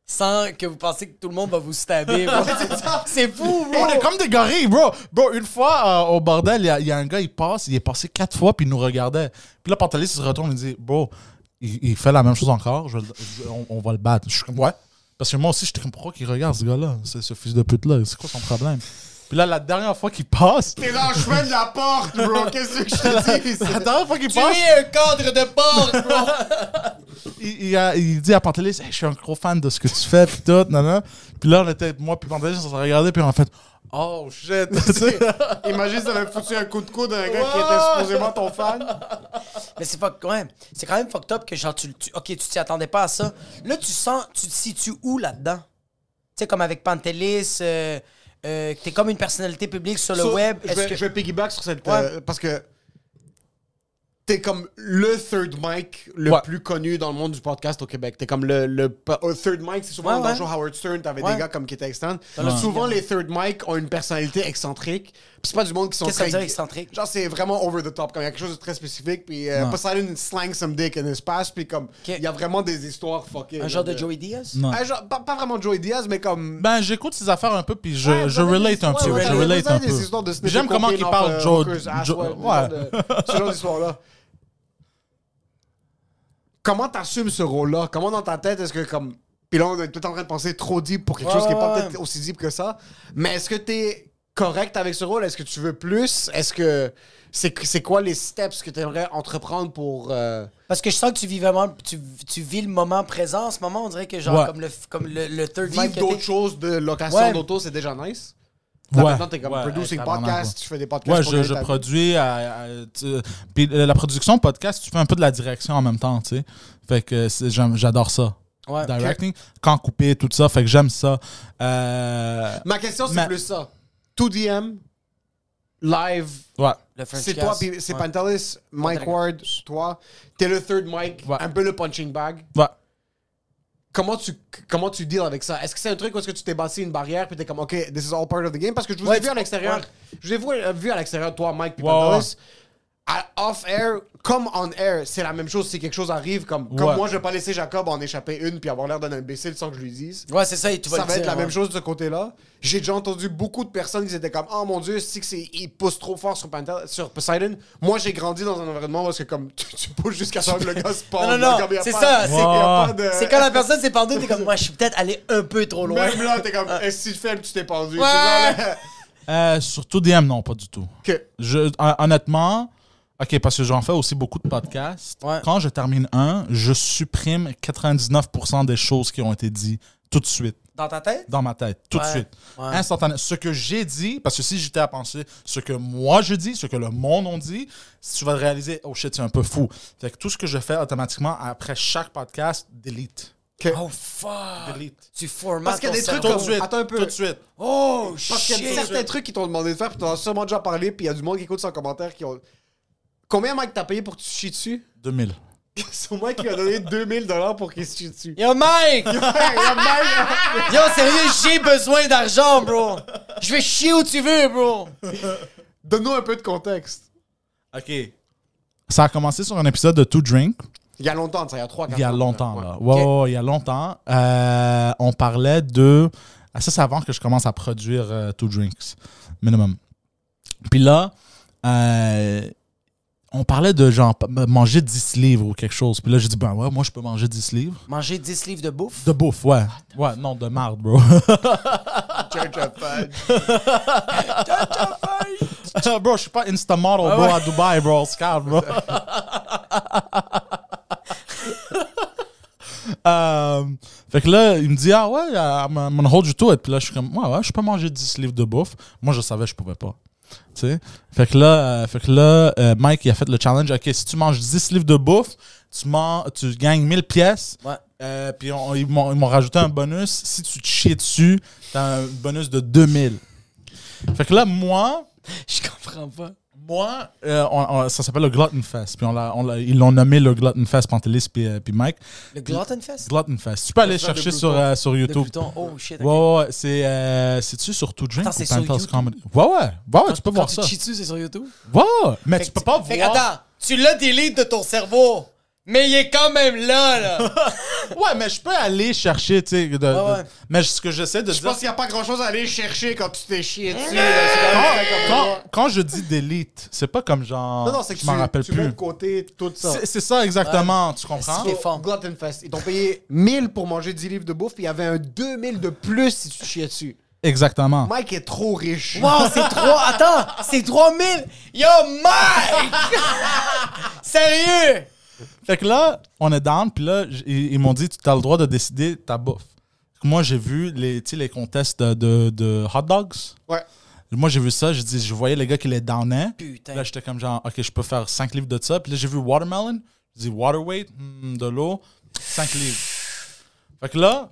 E: sans que vous pensez que tout le monde va vous stabber? bro? C'est fou, bro!
D: on est comme des gorilles, bro. Bro, une fois euh, au bordel, il y a- il y, a un gars, il passe, il est passé quatre fois, puis il nous regardait. Puis là, Pantalis, il se retourne, il dit, bro, il, il fait la même chose encore, je vais le- je- on, on va le battre. Je suis comme, ouais. Parce que moi aussi, j'étais comme, pourquoi qu'il regarde ce gars-là? C'est ce fils de pute-là, c'est quoi son problème? Puis là, la dernière fois qu'il passe,
C: T'es dans le chemin de la porte, bro. Qu'est-ce que je te dis?
D: la dernière fois qu'il
E: Tu
D: passe,
E: es un cadre de porc, bro!
D: il, il a- il dit à Pantelis, Hey, je suis un gros fan de ce que tu fais, puis tout, nanana. Puis là, on était, moi, puis Pantelis, on s'est regardé, puis on a fait, oh shit, tu sais.
C: Imagine, ça avait foutu un coup de coude à un gars qui
D: Ouais.
C: était supposément ton fan.
B: Mais c'est fuck, ouais. C'est quand même fucked up que genre, tu, tu- ok, tu t'y attendais pas à ça. Là, tu sens, tu te situes où là-dedans? Tu sais, comme avec Pantelis, euh, euh, t'es comme une personnalité publique sur le
C: Sur-
B: web.
C: Je
B: Est-ce
C: vais,
B: que-
C: je vais piggyback sur cette.
B: Ouais.
C: euh, parce que t'es comme le third mic le
D: Ouais.
C: plus connu dans le monde du podcast au Québec. T'es comme le, le pa- euh, third mic, c'est souvent
B: Ouais,
C: dans
B: ouais.
C: le show Howard Stern, t'avais
B: Ouais.
C: des gars comme qui étaient externes.
B: le
C: Souvent, les third mic ont une personnalité excentrique. Puis c'est pas du monde qui sont
B: Qu'est-ce que ça veut
C: très-
B: dire excentrique?
C: Genre, c'est vraiment over the top. Comme il y a quelque chose de très spécifique. Puis euh, Poseidon slang some dick in his past. Puis comme, il y a vraiment des histoires fucking.
B: Un genre de Joey Diaz?
D: Non.
C: Un genre- pas, pas vraiment Joey Diaz, mais comme.
D: Ben, j'écoute ces affaires un peu, puis je,
C: Ouais,
D: je
C: vous avez
D: relate
C: des-
D: un
C: ouais,
D: peu.
C: ouais,
D: je
C: vous
D: relate
C: avez
D: un
C: des
D: peu.
C: histoires de sniffer
D: J'aime comment
C: cocaine
D: qu'il
C: off,
D: parle
C: euh,
D: Joe.
C: hookers, ass,
D: Joe-
C: ouais,
D: ouais.
C: Ce genre d'histoire-là. Comment t'assumes ce rôle-là? Comment dans ta tête est-ce que comme. Puis là, on est tout en train de penser trop deep pour quelque
B: Ouais,
C: chose qui est
B: ouais,
C: pas
B: ouais.
C: peut-être aussi deep que ça. Mais est-ce que t'es correct avec ce rôle? Est-ce que tu veux plus? Est-ce que. C'est c'est quoi les steps que t'aimerais entreprendre pour. euh,
B: Parce que je sens que tu vis vraiment, tu, tu vis le moment présent. En ce moment, on dirait que genre,
D: Ouais.
B: comme, le, comme le, le third
C: vivre
B: mic que
C: d'autres
B: t'es-
C: choses de location
B: Ouais.
C: d'auto, c'est déjà nice. Là,
D: Ouais.
C: Maintenant, t'es comme
D: Ouais,
C: producing
D: tabarnak,
C: podcast, tu fais des podcasts.
D: Ouais,
C: pour
D: je,
C: gagner
D: je
C: ta vie.
D: produis. à- à- tu- puis euh, la production podcast, tu fais un peu de la direction en même temps, tu sais. Fait que c'est- j'aime- j'adore ça.
B: Ouais.
D: Directing, quand couper, tout ça. Fait que j'aime ça. Euh,
C: Ma question, c'est
D: Ma-
C: plus ça. 2DM, live,
D: ouais.
B: Le French
C: c'est
B: cast.
C: toi, puis c'est
B: Ouais.
C: Pantelis, Mike
B: Pantelis.
C: Ward, toi. T'es le third Mike,
D: Ouais.
C: un peu le punching bag.
D: Ouais.
C: Comment tu, comment tu deals avec ça? Est-ce que c'est un truc où est-ce que tu t'es bâti une barrière puis t'es comme, OK, this is all part of the game? Parce que je vous
B: Ouais,
C: ai vu
B: tu-
C: à l'extérieur.
B: ouais.
C: Je vous ai vu, euh, vu à l'extérieur, toi, Mike, puis
D: Ouais,
C: Pantelis. À- Off-air, comme on-air, c'est la même chose si quelque chose arrive. Comme, comme
D: Ouais.
C: moi, je vais pas laisser Jacob en échapper une puis avoir l'air d'un imbécile sans que je lui dise
B: Ouais, c'est ça, et tu vas
C: ça
B: le
C: va hein. être
B: dire, hein.
C: la
B: ouais.
C: même chose de ce côté-là. J'ai déjà entendu beaucoup de personnes qui étaient comme Oh mon Dieu, si que c'est- il pousse trop fort sur, Panther- sur Poseidon. Moi, j'ai grandi dans un environnement parce que comme tu, tu pousses jusqu'à ce que le gars se pend.
B: Non, non, non,
C: comme, y a
B: c'est
C: pas-
B: ça,
C: y a
D: c'est-
C: pas de-
B: C'est quand la personne s'est pendue, t'es comme, moi, je suis peut-être allé un peu trop loin.
C: Même là, t'es comme Eh, Est-ce que tu fais tu t'es pendu
B: Ouais.
C: C'est genre, là,
D: Euh, surtout DM, non, pas du tout.
C: que-
D: Je, hon- honnêtement, OK, parce que j'en fais aussi beaucoup de podcasts.
B: Ouais.
D: Quand je termine un, je supprime 99% des choses qui ont été dites tout de suite,
B: Dans ta tête?
D: dans ma tête, tout de
B: Ouais.
D: suite.
B: Ouais.
D: Instantané. Ce que j'ai dit, parce que si j'étais à penser ce que moi je dis, ce que le monde on dit, tu vas réaliser, oh shit, c'est un peu fou. Fait que tout ce que je fais automatiquement après chaque podcast, delete.
B: Oh, fuck!
D: Delete.
B: Tu formates
C: Parce qu'il y a
B: ton
C: des trucs
B: cerveau.
D: Tout de suite.
C: attends un peu.
D: Tout de suite.
B: Oh,
C: Parce qu'il y a
B: shit!
C: certains trucs qu'ils t'ont demandé de faire, puis t'en as sûrement déjà parlé, puis il y a du monde qui écoute ça en commentaire qui ont. Combien, Mike, t'as payé pour que tu chies dessus
D: 2000.
C: C'est moi qui a donné 2000$ pour qu'il se chie dessus.
B: Yo, Mike! Yo, sérieux, j'ai besoin d'argent, bro! Je vais chier où tu veux, bro!
C: Donne-nous un peu de contexte.
D: OK. Ça a commencé sur un épisode de Two Drink.
C: Il y a longtemps, ça, il y a 3
D: Il y a longtemps, là. Ouais, ouais, ouais, il y a longtemps. Euh, on parlait de. ah, Ça, c'est avant que je commence à produire euh, Two Drinks, minimum. Puis là, euh, on parlait de genre pa- manger 10 livres ou quelque chose. Puis là, j'ai dit, ben ouais, moi, je peux manger 10 livres.
B: Manger 10 livres de bouffe?
D: De bouffe, ouais. Ouais, non, de marde, bro.
C: Church of Fudge.
D: bro, je suis pas Insta model, bro, à Dubaï, bro. C'est calme, bro. Euh, fait que là, il me dit, ah ouais, I'm I'm on hold you to it. Puis là, je suis comme, ouais, ouais, je peux manger 10 livres de bouffe. Moi, je savais, je pouvais pas. Tu sais? Fait que là, euh, fait que là euh, Mike, il a fait le challenge. OK, si tu manges 10 livres de bouffe, tu, man- tu gagnes 1000 pièces.
B: Ouais.
D: Euh, puis on- ils m'ont ils m'ont rajouté un bonus. Si tu te chies dessus, t'as un bonus de 2000. Fait que là, moi,
B: Je comprends pas.
D: Moi, euh, on- on- ça s'appelle le Glutton Fest. Puis on l'a- on l'a- ils l'ont nommé le Glutton Fest, Pantelis puis, euh, puis Mike.
E: Le Gluttonfest?
D: Glutton Fest. Tu peux aller
E: Festival de
D: chercher
E: Pluton.
D: sur, euh, sur
E: Le
D: YouTube.
E: Pluton. Oh shit. ok.
D: Ouais, ouais, ouais. C'est, euh, c'est-tu sur Too Drink
E: Attends,
D: ou
E: c'est sur
D: Pantelis
E: YouTube?
D: Comedy? Ouais, ouais. Ouais, ouais, tu peux
E: Quand
D: voir
E: tu
D: ça.
E: te chies dessus, c'est sur YouTube?
D: Ouais, ouais. Mais tu peux pas
B: Fait que
D: voir.
B: attends, tu l'as delete de ton cerveau, mais il est quand même là, là.
D: Ouais, mais je peux aller chercher, tu sais. de- de-
E: ouais.
D: Mais ce que j'essaie de
C: Je
D: dire.
C: pense qu'il n'y a pas grand-chose à aller chercher quand tu t'es
E: Eh
C: chié dessus.
D: Quand, quand je dis delete, c'est pas comme genre.
C: Non, non, c'est que
D: je m'en rappelle
C: tu, tu mets
D: plus.
C: de côté tout ça.
D: C'est c'est ça exactement, tu comprends?
E: C'est fort.
C: Gluttonfest. Ils t'ont payé 1000 pour manger 10 livres de bouffe, puis il y avait un 2000 de plus si tu chiais dessus.
D: Exactement.
C: Mike est trop riche.
E: Wow, c'est 3... Attends, c'est 3000!
B: Yo, Mike! Sérieux?
D: Fait que là, on est down, puis là, j- ils ils m'ont dit, tu as le droit de décider ta bouffe. Moi, j'ai vu les, tu sais, les contests de, de, de hot dogs.
C: Ouais.
D: Moi, j'ai vu ça, j'ai dit, je voyais les gars qui les downaient.
E: Putain.
D: Là, j'étais comme genre, OK, je peux faire 5 livres de ça. Puis là, j'ai vu watermelon. J'ai dit, water weight, hmm, de l'eau, 5 livres. Fait que là,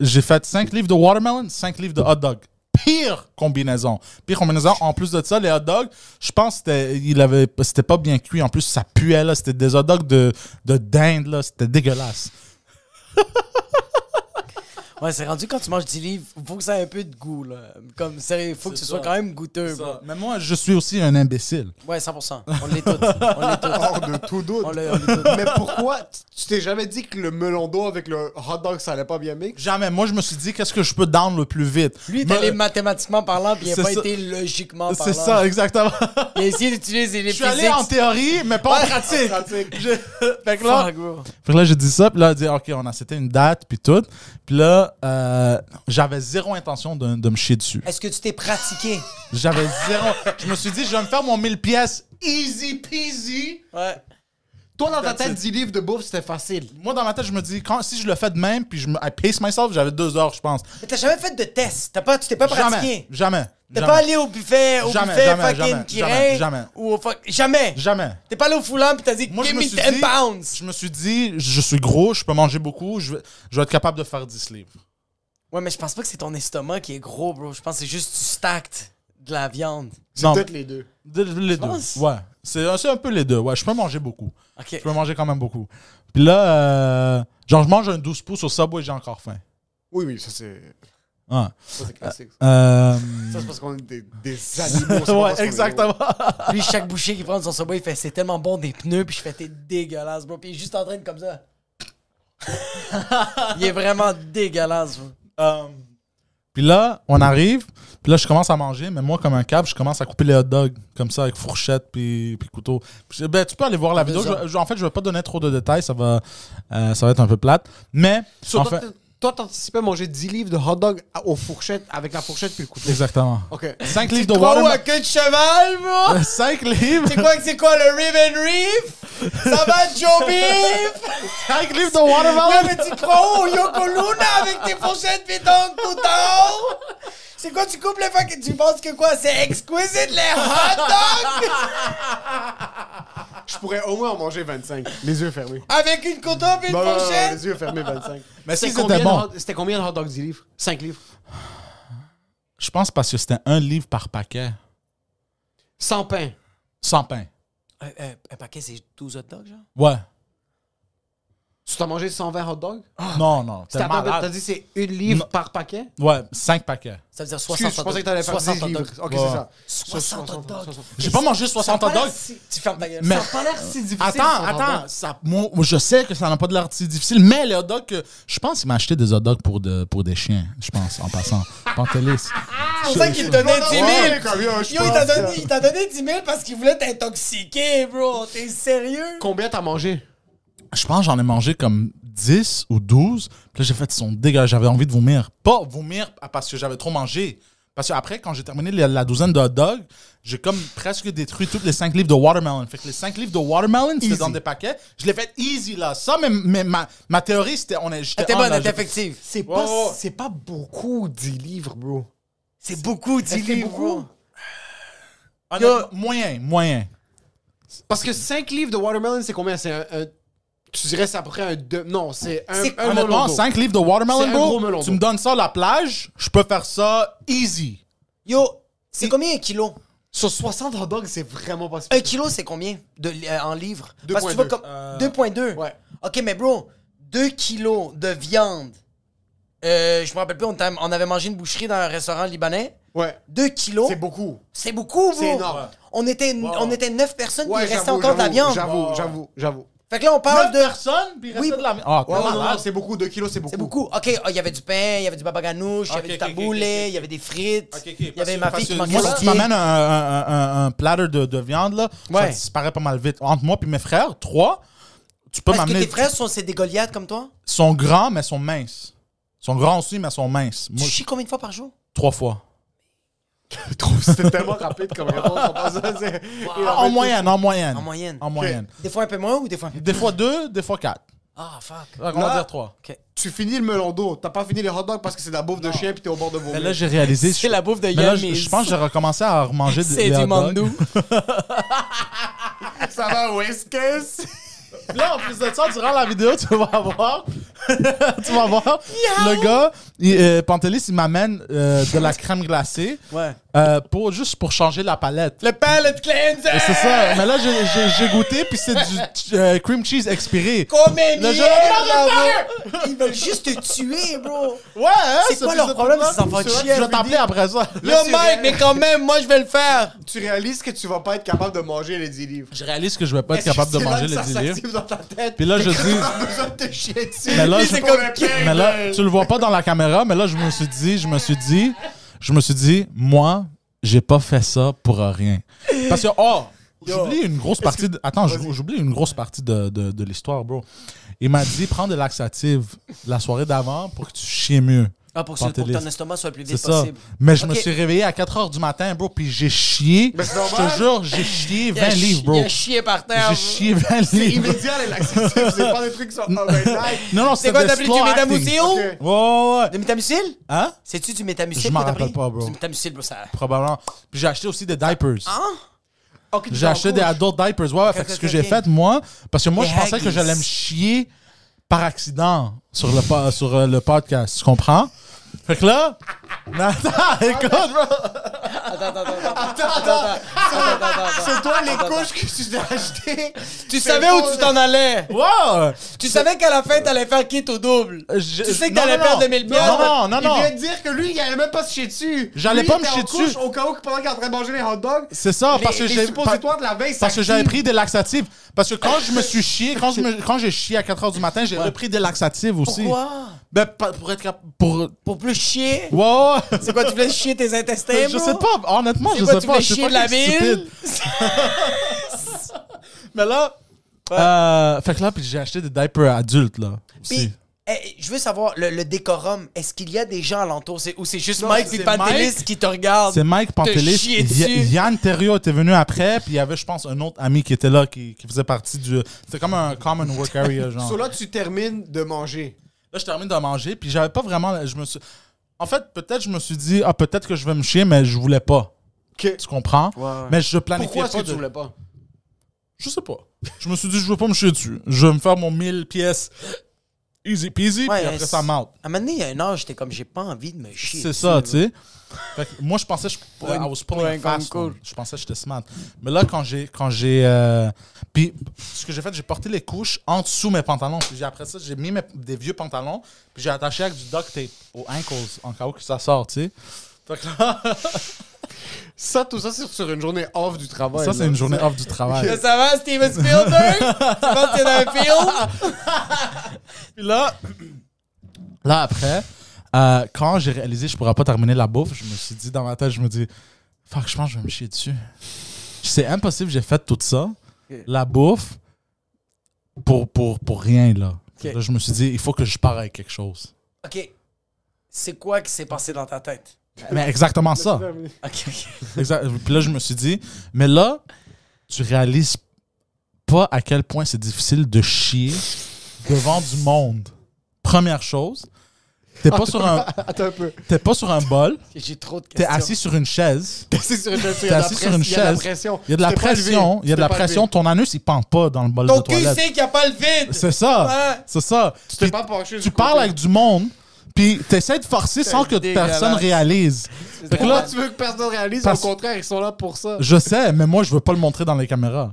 D: j'ai fait 5 livres de watermelon, 5 livres de hot dog. Pire combinaison. Pire combinaison. En plus de ça, les hot dogs, je pense que c'était- il avait- c'était pas bien cuit. En plus, ça puait, là. C'était des hot dogs de, de dinde, là. C'était dégueulasse.
E: Ouais, c'est rendu quand tu manges 10 livres, faut que ça ait un peu de goût, là. Comme, sérieux, faut que
D: C'est
E: ce
D: ça.
E: soit quand même goûteux. bro.
D: Mais moi, je suis aussi un imbécile.
E: Ouais, 100%. On l'est toutes. On l'est toutes.
C: Hors de tout doute.
E: On l'est on l'est toutes.
C: Mais pourquoi tu- tu t'es jamais dit que le melon d'eau avec le hot dog ça allait pas bien mix?
D: Jamais. Moi, je me suis dit, qu'est-ce que je peux down le plus vite?
E: Lui, il est
D: Me-
E: allé mathématiquement parlant, puis il
D: C'est
E: n'a pas
D: ça.
E: été logiquement parlant.
D: C'est ça, exactement.
E: Il a essayé d'utiliser les
D: je suis allé en théorie, mais pas en pratique. Je- Fait que là,
E: Fuck, bro.
D: Fait que là, j'ai dit ça, puis là, elle dit, OK, on a c'était une date, puis tout. Puis là, euh, j'avais zéro intention de, de me chier dessus.
B: Est-ce que tu t'es pratiqué?
D: J'avais zéro. je me suis dit, je vais me faire mon 1000 pièces easy peasy.
E: Ouais.
C: Toi, dans ta tête, 10 livres de bouffe, c'était facile.
D: Moi, dans ma tête, je me dis, quand, si je le fais de même, puis je me, I pace myself, j'avais deux heures, je pense.
B: Mais t'as jamais fait de test. T'as pas, tu t'es pas
D: Jamais.
B: pratiqué.
D: Jamais.
B: T'es
D: jamais,
B: pas allé au buffet, au
D: Jamais,
B: buffet
D: jamais, jamais,
B: fucking
D: jamais,
B: Kirin?
D: jamais.
B: Ou au fuck... Jamais.
D: Jamais.
B: T'es pas allé au foulant pis t'as dit,
D: Moi, je
B: give
D: me,
B: me
D: suis
B: 10
D: dit,
B: pounds.
D: je me suis dit, je suis gros, je peux manger beaucoup, je vais, je vais être capable de faire 10 livres.
E: Ouais, mais je pense pas que c'est ton estomac qui est gros, bro. Je pense que c'est juste tu stacks de la viande.
C: C'est
D: Non,
C: peut-être les deux.
D: de- les deux.
E: penses?
D: Ouais. C'est c'est un peu les deux. Ouais, je peux manger beaucoup.
E: OK.
D: Je peux manger quand même beaucoup. Puis là, euh, genre, je mange un 12 pouces au Subway, j'ai encore faim.
C: Oui, oui, ça c'est
D: Ouais.
C: ça, c'est classique. ça.
D: Euh,
C: Ça, c'est parce qu'on est des, des animaux. c'est pas parce qu'on
D: ouais,
C: est-
D: exactement.
E: Puis chaque bouchée qui prend de son sabot, il fait c'est tellement bon des pneus, puis je fais t'es dégueulasse, bro. Puis il est juste en train de comme ça. il est vraiment dégueulasse, bro.
D: Euh, Puis là, on arrive. Puis là, je commence à manger. Mais moi, comme un câble, je commence à couper les hot dogs. Comme ça, avec fourchette puis, puis couteau. Puis je- ben, tu peux aller voir
C: Ah,
D: la vidéo. Je- je- en fait, je vais pas donner trop de détails. Ça va, euh, ça va être un peu plate. Mais,
C: So,
D: en
C: toi,
D: fait-
C: t'es- toi, t'anticipais manger 10 livres de hot dog à- aux fourchettes avec la fourchette puis le couteau.
D: exactement.
C: Ok.
D: 5 livres de
B: Quoi ou un
D: watermelon.
B: queue de cheval, bro?
D: 5 livres.
B: Tu crois que c'est quoi le rib and reef? Ça va, Joe Beef? Ah
D: 5 livres de watermelon.
B: Ouais, mais tu crois où? Yoko Luna avec tes fourchettes pis ton couteau? C'est quoi, tu coupes les fucking. Tu penses que quoi? C'est exquisite les hot dogs?
C: Je pourrais au moins en manger 25. Les yeux fermés.
B: Avec une couteau pis une
C: Non, non, non,
B: fourchette?
C: les yeux fermés 25.
D: Mais si
C: combien
D: c'était
C: de
D: bon.
C: hot- C'était combien de hot dogs 10 livres 5 livres.
D: Je pense parce que c'était un livre par paquet.
C: Sans pain.
D: Sans pain.
E: Un, un- un paquet, c'est 12 hot dogs, genre?
D: Ouais.
C: Tu t'as mangé 120 hot dogs
D: non, non. T'es
C: T'as pas-
D: malade.
C: t'as dit Ah. c'est une livre
D: Non.
C: par paquet
D: Ouais, 5 paquets.
E: Ça veut dire 60
C: Excuse, je
E: hot
C: pensais
E: dogs.
C: que t'allais faire
E: 60
C: 10
E: hot
C: livres.
E: dogs.
C: Ok,
D: Ouais.
C: c'est ça.
E: 60 hot dogs.
D: J'ai pas mangé 60 hot dogs.
E: Tu fermes ta gueule.
D: Mais-
E: Ça a pas l'air si difficile.
D: Attends, attends. Ça, moi, moi, je sais que ça n'a pas de l'air si difficile, mais les hot dogs, que- je pense qu'il m'a acheté des hot dogs pour, de, pour des chiens, je pense, en passant. Pantelis.
B: C'est pour ça qu'il te donnait 10 000.
C: comme yo, je
B: Yo, il
C: pense
B: t'a
C: que-
B: donné, il t'a donné 10 000 parce qu'il voulait t'intoxiquer, bro. T'es sérieux?
C: Combien t'as mangé
D: Je pense que j'en ai mangé comme 10 ou 12. Puis là, j'ai fait son dégât. J'avais envie de vomir. Pas vomir parce que j'avais trop mangé. Parce que après, quand j'ai terminé la, la douzaine de hot dogs, j'ai comme presque détruit toutes les 5 livres de watermelon. Fait que les 5 livres de watermelon, c'était dans des paquets. Je l'ai fait easy, là. Ça, mais, mais ma, ma théorie, c'était... on est- j'étais
E: Ah, T'es
B: Ah,
D: on,
E: bonne,
D: là,
E: t'es
D: j'ai-
E: effective.
C: C'est
D: pas-
C: c'est pas beaucoup 10 livres, bro.
E: C'est beaucoup, 10
C: c'est
E: livres, bro.
C: beaucoup?
D: Honnêtement, Moyen, moyen.
C: Parce que 5 livres de watermelon, c'est combien C'est un, un- Tu dirais c'est à peu près un deux. Non, c'est un,
D: C'est
C: un melon
D: honnêtement,
C: d'eau.
D: 5 livres de
C: C'est
D: watermelon,
C: un
D: bro.
C: gros melon
D: tu
C: d'eau.
D: me donnes ça à la plage, je peux faire ça easy.
B: Yo, c'est combien un kilo?
C: Sur 60 hot dogs, c'est vraiment pas si
B: Un kilo, c'est combien de, li- euh, en livres?
C: 2,2.
B: Parce que tu vois comme... 2.2?
C: Ouais.
B: OK, mais bro, 2 kilos de viande. Euh, je me rappelle plus, on, t'a- on avait mangé une boucherie dans un restaurant libanais.
C: Ouais. Oh.
B: 2 kilos,
C: C'est beaucoup.
B: c'est beaucoup, bro.
C: C'est énorme.
B: On était, on était 9 personnes, puis
C: Ouais,
B: il restait
C: j'avoue,
B: encore de la
C: j'avoue,
B: viande.
C: J'avoue, j'avoue, j'avoue.
B: Fait que là, on parle
D: Neuf
B: de...
D: personnes, puis il
B: Oui,
D: restait de la... Ah, t'es
C: Ouais, non, non,
D: malade.
C: c'est beaucoup. 2 kilos, c'est beaucoup.
B: C'est beaucoup. OK, ah, il y avait du pain, il y avait du baba ganoush, il y
D: Ok,
B: avait du
D: ok, ok,
B: taboulé, il
D: ok, ok.
B: y avait des frites.
D: Ok, ok,
B: Il y
D: parce
B: avait
D: que-
B: ma
D: parce
B: fille qui
D: que
B: manquait
D: Moi,
B: son
D: si tu
B: pied.
D: m'amènes un, un, un- un platter de, de viande, là, ça
B: Ouais.
D: disparaît pas mal vite. Entre moi et mes frères, trois, tu peux
B: Est-ce que
D: m'amener...
B: tes frères sont c'est des Goliaths comme toi?
D: Ils sont grands, mais sont minces. Ils sont grands aussi, mais sont minces. Moi,
B: Tu chies combien de fois par jour?
D: trois fois.
C: Je trouve que C'était tellement rapide comme réponse. en passant, c'est- Et
B: Ah,
D: En moyenne, en moyenne.
B: En moyenne.
D: En moyenne.
B: Des fois un peu moins ou des fois un peu
D: Des fois deux, des fois quatre.
B: Ah, fuck.
D: On va dire trois.
C: Tu finis le melon d'eau. T'as pas fini les hot dogs parce que c'est de la bouffe de chien puis t'es au bord de vos.
D: Mais Ben là, j'ai réalisé...
E: C'est la bouffe de
D: Mais là, je,
E: Yamis.
D: je pense que j'ai recommencé à remanger des
E: C'est
D: des
E: du
D: hot dogs.
E: mandou.
C: ça va, Whiskas?
D: Puis Là, en plus de ça, durant la vidéo, tu vas voir. tu vas voir. Le gars, il, euh, Pantelis, il m'amène euh, de la crème glacée.
B: Ouais.
D: euh, pour, juste pour changer la palette.
E: Le palette cleanser!
D: Et C'est ça. Mais là, j'ai- j'ai j'ai goûté, puis c'est du euh, cream cheese expiré.
E: Combien
D: Le
E: de
D: jeu-
B: Ils veulent juste te tuer, bro.
D: Ouais, hein,
B: C'est quoi leur problème, ces enfants de
D: Je
B: chien?
D: vais t'appeler après ça.
E: Yo Mike, mais quand même, moi je vais le faire!
C: Tu réalises que tu vas pas être capable de manger les 10 livres.
D: Je réalise que je vais pas être
C: Est-ce que
D: capable de
C: c'est là
D: manger
C: que
D: les
C: ça
D: délires.
C: s'active dans ta tête. ah,
D: Puis là, je dis-
C: T'as besoin de te chier dessus.
D: Mais là,
C: Puis
D: je-
C: c'est comme euh, le pire
D: Mais là,
C: de-
D: tu le vois pas dans la caméra, mais là, je me suis dit, je me suis dit, je me suis dit, moi, j'ai pas fait ça pour rien. Parce que, oh, j'oublie une grosse partie de, attends, j'oublie une grosse partie de, de, de l'histoire, bro. Il m'a dit, prends des laxatives la soirée d'avant pour que tu chies mieux.
B: Ah, pour, que- pour que
D: Pantelis.
B: ton estomac soit le plus
D: C'est
B: vite
D: ça.
B: possible.
D: Mais je me
B: Ok.
D: suis réveillé à 4 h du matin, bro, puis j'ai chié. Je
C: c'est normal.
D: te jure, j'ai chié
E: Il a
D: 20 livres,
E: chi-
D: bro.
E: Il a chié par terre.
D: J'ai chié 20
C: C'est
D: livres.
C: immédiat, les laxatifs. C'est pas des trucs qui sont overnight.
D: Non, non,
E: C'est
D: c'est
E: quoi
D: des
E: t'appelles
D: slow
E: du oh?
D: acting.
E: métamucil?
C: Ok.
D: Ouais, ouais, ouais.
B: Le métamucil?
D: Hein?
B: C'est-tu du métamucil
D: Je
B: que
D: m'en
B: t'as
D: rappelle
B: pris?
D: pas, bro.
B: Du métamucil, bro, ça...
D: Probablement. Puis j'ai acheté aussi des diapers.
E: Ah,
C: Ok, tu
D: J'ai
C: t'en
D: acheté des
C: couches.
D: adult diapers. Ouais, ouais. Fait que
B: ok,
D: ce que
B: ok.
D: j'ai fait, moi, parce que moi,
B: Des
D: je pensais que
B: Huggies.
D: j'allais me chier par accident sur le, po- sur euh, le podcast. Tu comprends? Fait que là. Mais
E: Ah,
D: attends,
E: ben,
D: écoute, bro.
E: Attends, attends, attends.
C: Attends, attends.
E: attends, attends, attends.
C: C'est toi les couches que tu t'es achetées.
E: Tu savais où tu t'en allais?
D: Wow!
E: Tu savais qu'à la fin, t'allais faire quitte au double.
D: Je-
E: Tu sais que
D: non,
E: t'allais
D: non,
E: perdre
D: non.
E: 2000
D: Non, non, non,
C: Il vient
D: non.
C: de dire que lui, il allait même pas se chier dessus.
D: J'allais
C: Lui,
D: pas me
C: était en
D: chier
C: couche
D: dessus.
C: Au cas où, pendant qu'il est en train de manger les hot dogs,
D: C'est ça, parce que
C: les,
D: j'ai.
C: les
D: par-
C: suppositoires de la veille,
D: Parce que
C: s'activent.
D: j'avais pris des laxatifs. Parce que quand je me suis chié, quand je me- quand j'ai chié à 4 h du matin, j'ai repris des laxatifs aussi.
E: Pourquoi?
D: Ben, pa- pour être cap- Pour.
E: Pour plus chier?
D: Ouais, ouais.
E: C'est quoi, tu voulais chier tes intestins,
D: Je
E: bro?
D: sais pas, honnêtement, je
E: C'est quoi,
D: sais
E: tu
D: pas.
E: voulais
D: Je sais
E: chier
D: pas
E: de la
D: qui est
E: ville?
D: stupide. Mais là. euh, fait que là, puis j'ai acheté des diapers adultes, là.
B: Puis,
D: aussi.
B: eh, je veux savoir, le, le décorum, est-ce qu'il y a des gens alentour c'est- ou c'est juste
E: Non,
B: Mike
E: c'est
B: puis Pantelis
E: Mike.
B: qui te regarde?
D: C'est Mike Pantelis.
E: chier
D: Ya-
E: dessus.
D: Yann Terrio était venu après, puis il y avait, je pense, un autre ami qui était là, qui, qui faisait partie du. C'était comme un common work area, genre.
C: So là, tu termines de manger.
D: Là, je termine de manger, puis j'avais pas vraiment. Je me suis... En fait, peut-être je me suis dit, ah, peut-être que je vais me chier, mais je voulais pas.
C: Ok.
D: Tu comprends? Mais je planifiais
C: Pourquoi est-ce
D: pas
C: que tu
D: de...
C: voulais pas?
D: Je sais pas. Je me suis dit, je veux pas me chier dessus. Je vais me faire mon 1000 pièces easy peasy,
B: Ouais,
D: puis après
B: c'est-
D: ça m'out.
B: À un moment donné, il y a un âge, j'étais comme, j'ai pas envie de me chier.
D: C'est ça, tu sais. Fait que moi, je pensais que je, I was pulling
E: un
D: fast,
E: concours.
D: man. Je pensais que j'étais smart. Mais là, quand j'ai. Quand j'ai euh, Puis, ce que j'ai fait, j'ai porté les couches en dessous mes pantalons. Puis j'ai- après ça, j'ai mis mes- des vieux pantalons. Puis j'ai attaché avec du duct tape aux ankles, en cas où que ça sort, tu sais. Fait que là,
C: Ça, tout ça, c'est sur une journée off du travail.
D: ça, c'est
C: là.
D: une journée off du
E: Ça,
D: travail.
E: ça va, Steven Spielberg? tu penses qu'il y en a un film?
D: Puis là, là après, euh, quand j'ai réalisé que je pourrais pas terminer la bouffe, je me suis dit dans ma tête, je me dis, fuck, je pense que je vais me chier dessus. C'est impossible, j'ai fait tout ça, la bouffe, pour, pour, pour rien, là.
E: Ok.
D: Là, je me suis dit, il faut que je pars avec quelque chose.
B: OK. C'est quoi qui s'est passé dans ta tête?
D: Mais exactement ça.
B: OK, OK.
D: Exact. Puis là, je me suis dit, mais là, tu réalises pas à quel point c'est difficile de chier devant du monde. Première chose, t'es pas sur un,
C: Attends un peu.
D: t'es pas sur un bol,
B: J'ai trop de questions.
D: t'es assis sur une chaise,
C: T'es assis sur une chaise. Il y a de la
D: t'es assis sur une chaise,
C: pression.
D: il y a de la
C: Tu t'es pas
D: pression,
C: levé.
D: il y a de la
C: Tu t'es pas
D: pression,
C: levé.
D: ton anus il pend pas dans le bol
E: Ton
D: de
E: cul
D: toilette.
E: sait qu'il n'y a pas le vide.
D: C'est ça,
E: Ouais.
D: c'est ça.
C: Tu
D: Puis
C: t'es pas penché.
D: tu parles avec du monde, puis t'essaies de forcer sans que
E: dégueulasse.
D: personne réalise. Fait que là,
C: tu veux que personne réalise?
D: Parce-
C: Au contraire, ils sont là pour ça.
D: je sais, mais moi, je veux pas le montrer dans les caméras.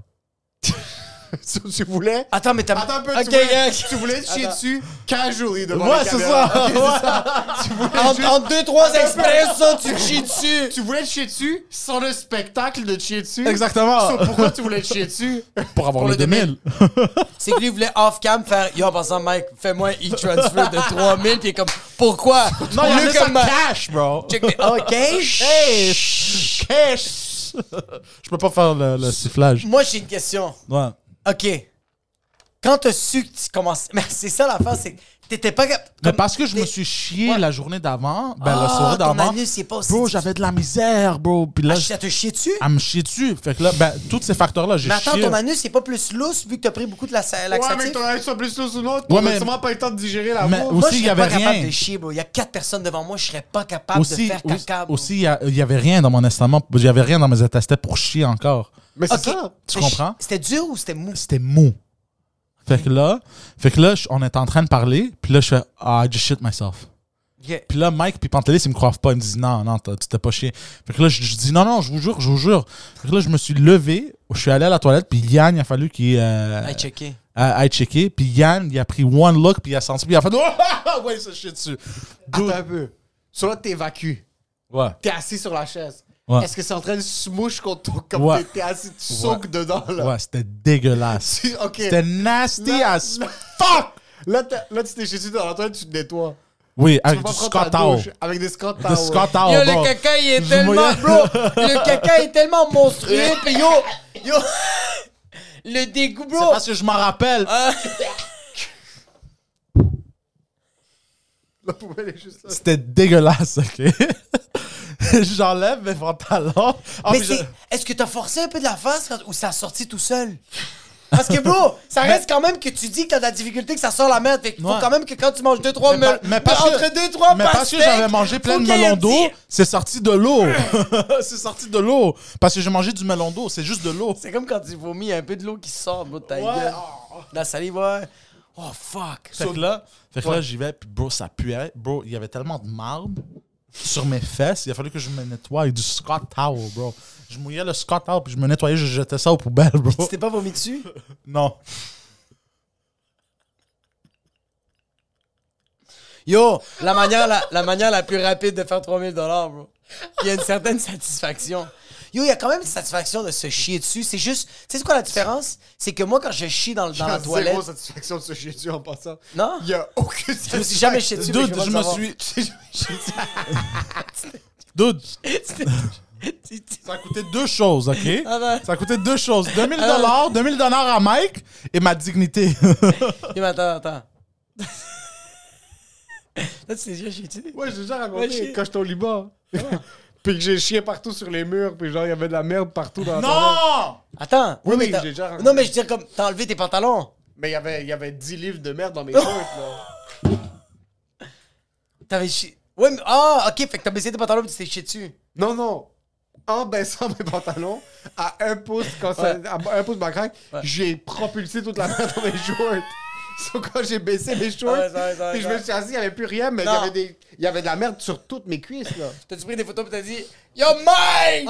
C: Si tu voulais.
B: Attends, mais t'as.
C: Attends un peu,
B: Ok,
C: tu, voulais,
B: ok.
C: tu voulais te chier dessus casually devant
D: Ouais,
C: la
D: c'est
C: caméra.
D: ça.
C: Ok, c'est ça. tu, voulais
B: En,
C: juste-
B: en deux, trois expressions, tu te chies dessus.
C: tu voulais te chier dessus sans le spectacle de te chier dessus.
D: Exactement.
C: So, pourquoi tu voulais te chier dessus?
D: Pour avoir
B: Pour
D: le
B: le 2000.
D: 2000.
B: C'est que lui voulait off-cam faire Yo, en passant, Mike, fais-moi un e-transfer de 3000. Puis il est comme Pourquoi
D: Non, il y en a
B: Luc,
D: ça
B: comme-
D: cash, bro.
B: Check the- Ok,
D: Cash. Cash. Je peux pas faire le, le sifflage.
B: Moi, j'ai une question.
D: Ouais.
B: OK. Quand t'as su que tu commençais... Mais c'est ça l'affaire, c'est que t'étais pas... cap-
D: Mais
B: comme-
D: parce que je me
B: t'es-
D: suis chié
B: Ouais.
D: la journée d'avant, ben
B: Ah,
D: la soirée
B: ton
D: d'avant,
B: anus, c'est pas aussi...
D: bro, j'avais de la misère, bro. Puis là,
B: Ah,
D: je-
B: ça te chier dessus?
D: à me chier dessus. Fait que là, ben, tous ces facteurs-là, j'ai
B: Mais attends,
D: chié.
B: ton anus, c'est pas plus lousse vu que t'as pris beaucoup de la sa-
C: Ouais,
B: laxatif?
C: mais ton avis soit plus lourd ou l'autre.
D: Ouais,
C: on a
D: mais-
C: sûrement pas eu le temps de digérer
D: Mais
C: l'amour.
B: Moi,
D: aussi,
B: je
D: il
B: serais
D: y avait
B: pas capable
D: rien.
B: de chier, bro. Il y a quatre personnes devant moi, je serais pas capable de
D: Aussi,
B: faire
D: aussi,
B: caca, bro.
D: aussi, il y a- il y avait rien dans mon estomac. Il y avait rien dans mes intestins pour chier encore.
C: Mais c'est
B: OK.
C: ça.
D: Tu comprends?
B: C'était dur ou c'était mou?
D: C'était mou. Fait que là, fait que là, je- on est en train de parler, puis là, je fais « Ah, I just shit myself ».
B: Ok.
D: Puis là, Mike puis Pantelis, ils me croient pas. Ils me disent non, non, t'as- tu t'es pas chié. Fait que là, je, je dis non, non, je vous jure, je vous jure. Fait que là, je me suis levé, je suis allé à la toilette, puis Yann, il a fallu qu'il euh,
B: Hey, checker.
D: a- aille checker. Puis Yann, il a pris one look, puis il a senti, puis il a fait oh, ouais, ça chie dessus.
C: Attends un peu. Sur l'autre, t'évacues.
D: Ouais.
C: T'es assis sur la chaise.
D: Ouais.
C: Est-ce que c'est en train de se mouche contre ton comme
D: Ah. Ouais.
C: t'es- t'es assis, tu soques dedans là?
D: Ouais, c'était dégueulasse.
C: Tu- ok.
D: C'était nasty
C: Non,
D: as
C: non.
D: fuck.
C: Là, t'as- là, tu t'es chez toi dans la toilette, tu te nettoies.
D: Oui,
C: Tu
D: avec
C: vas pas
D: du
C: prendre
D: Scott
C: ta
D: Towel.
C: douche Ah, Avec des Scott
D: De
C: Towel.
D: Scott Towel,
B: Yo,
D: bro.
B: le caca, il est
D: Ah, Je
B: tellement,
D: voyais-
B: bro, le caca est tellement monstrueux, puis yo, yo, le dégoût,
D: C'est
B: bro.
D: parce que je m'en rappelle.
B: Ah.
C: La poubelle est juste là.
D: C'était dégueulasse, ok? J'enlève mes pantalons. Ah,
B: Mais
D: puis je-
B: c'est- est-ce que t'as forcé un peu de la face quand- ou ça a sorti tout seul? Parce que, bro, ça reste quand même que tu dis que t'as de la difficulté que ça sort la merde. Fait qu'il faut
D: Ouais.
B: quand même que quand tu manges 2-3
D: Mais
B: melons.
D: pas- mais parce que-
B: entre 2-3
D: Mais parce que j'avais mangé plein de melons d'eau, c'est sorti de l'eau. c'est sorti de l'eau. Parce que j'ai mangé du melon d'eau, c'est juste de l'eau.
B: C'est comme quand tu vomis, il y a un peu de l'eau qui sort, bro, de ta gueule. De La salive, ouais. Oh fuck.
D: Fait que là, fait que là j'y vais, puis bro, ça puait. Bro, il y avait tellement de marbre sur mes fesses, il a fallu que je me nettoie avec du Scott Towel, bro. Je mouillais le Scott Towel, puis je me nettoyais, je jetais ça aux poubelles,
B: Tu
D: bro.
B: t'es pas vomi dessus?
D: Non.
B: Yo, la manière la, la manière la plus rapide de faire 3000 dollars, bro. Il y a une certaine satisfaction. Yo, il y a quand même une satisfaction de se chier dessus. C'est juste, tu sais c'est quoi la différence? C'est que moi quand je chie dans, dans
C: Il y a
B: la toilette,
C: zéro satisfaction de se chier dessus en passant.
B: Non.
C: Il y a aucune
B: je me suis jamais chié dessus. mais
D: Dude,
B: veux pas
D: je
B: le
D: me
B: savoir.
D: suis. Dude, ça a coûté deux choses, ok?
B: Ah ben. Ah.
D: Ça a coûté deux choses. 2000 dollars, 2000 dollars à Mike et ma dignité.
B: Yo, mais attends, attends. Là, tu t'es déjà chié dessus?
C: Ouais, j'ai déjà
B: Ouais,
C: raconté
B: chier. Ah
C: quand j'étais au Liban. Puis que j'ai chié partout sur les murs, puis genre, il y avait de la merde partout dans la toilette.
D: Non!
B: Attends.
C: Oui,
B: mais
C: oui,
B: t'as-
C: j'ai déjà rencontré.
B: Non, mais je veux dire, comme, t'as enlevé tes pantalons.
C: Mais il y avait, il y avait 10 livres de merde dans mes shorts, là.
B: T'avais chié. Ouais, mais. Ah, ok, fait que t'as baissé tes pantalons et tu t'es chié dessus.
C: Non, non. En baissant mes pantalons, à un pouce, quand ça, à un pouce de ma craque, j'ai propulsé toute la merde dans mes shorts. Sauf quand j'ai baissé mes shorts,
B: Ah ouais, ça, ouais, ça, ouais,
C: puis je
B: ça.
C: me suis assis, il n'y avait plus rien, mais il y,
B: Non.
C: avait des, il y avait de la merde sur toutes mes cuisses, là.
B: T'as-tu pris des photos pis t'as dit Yo Mike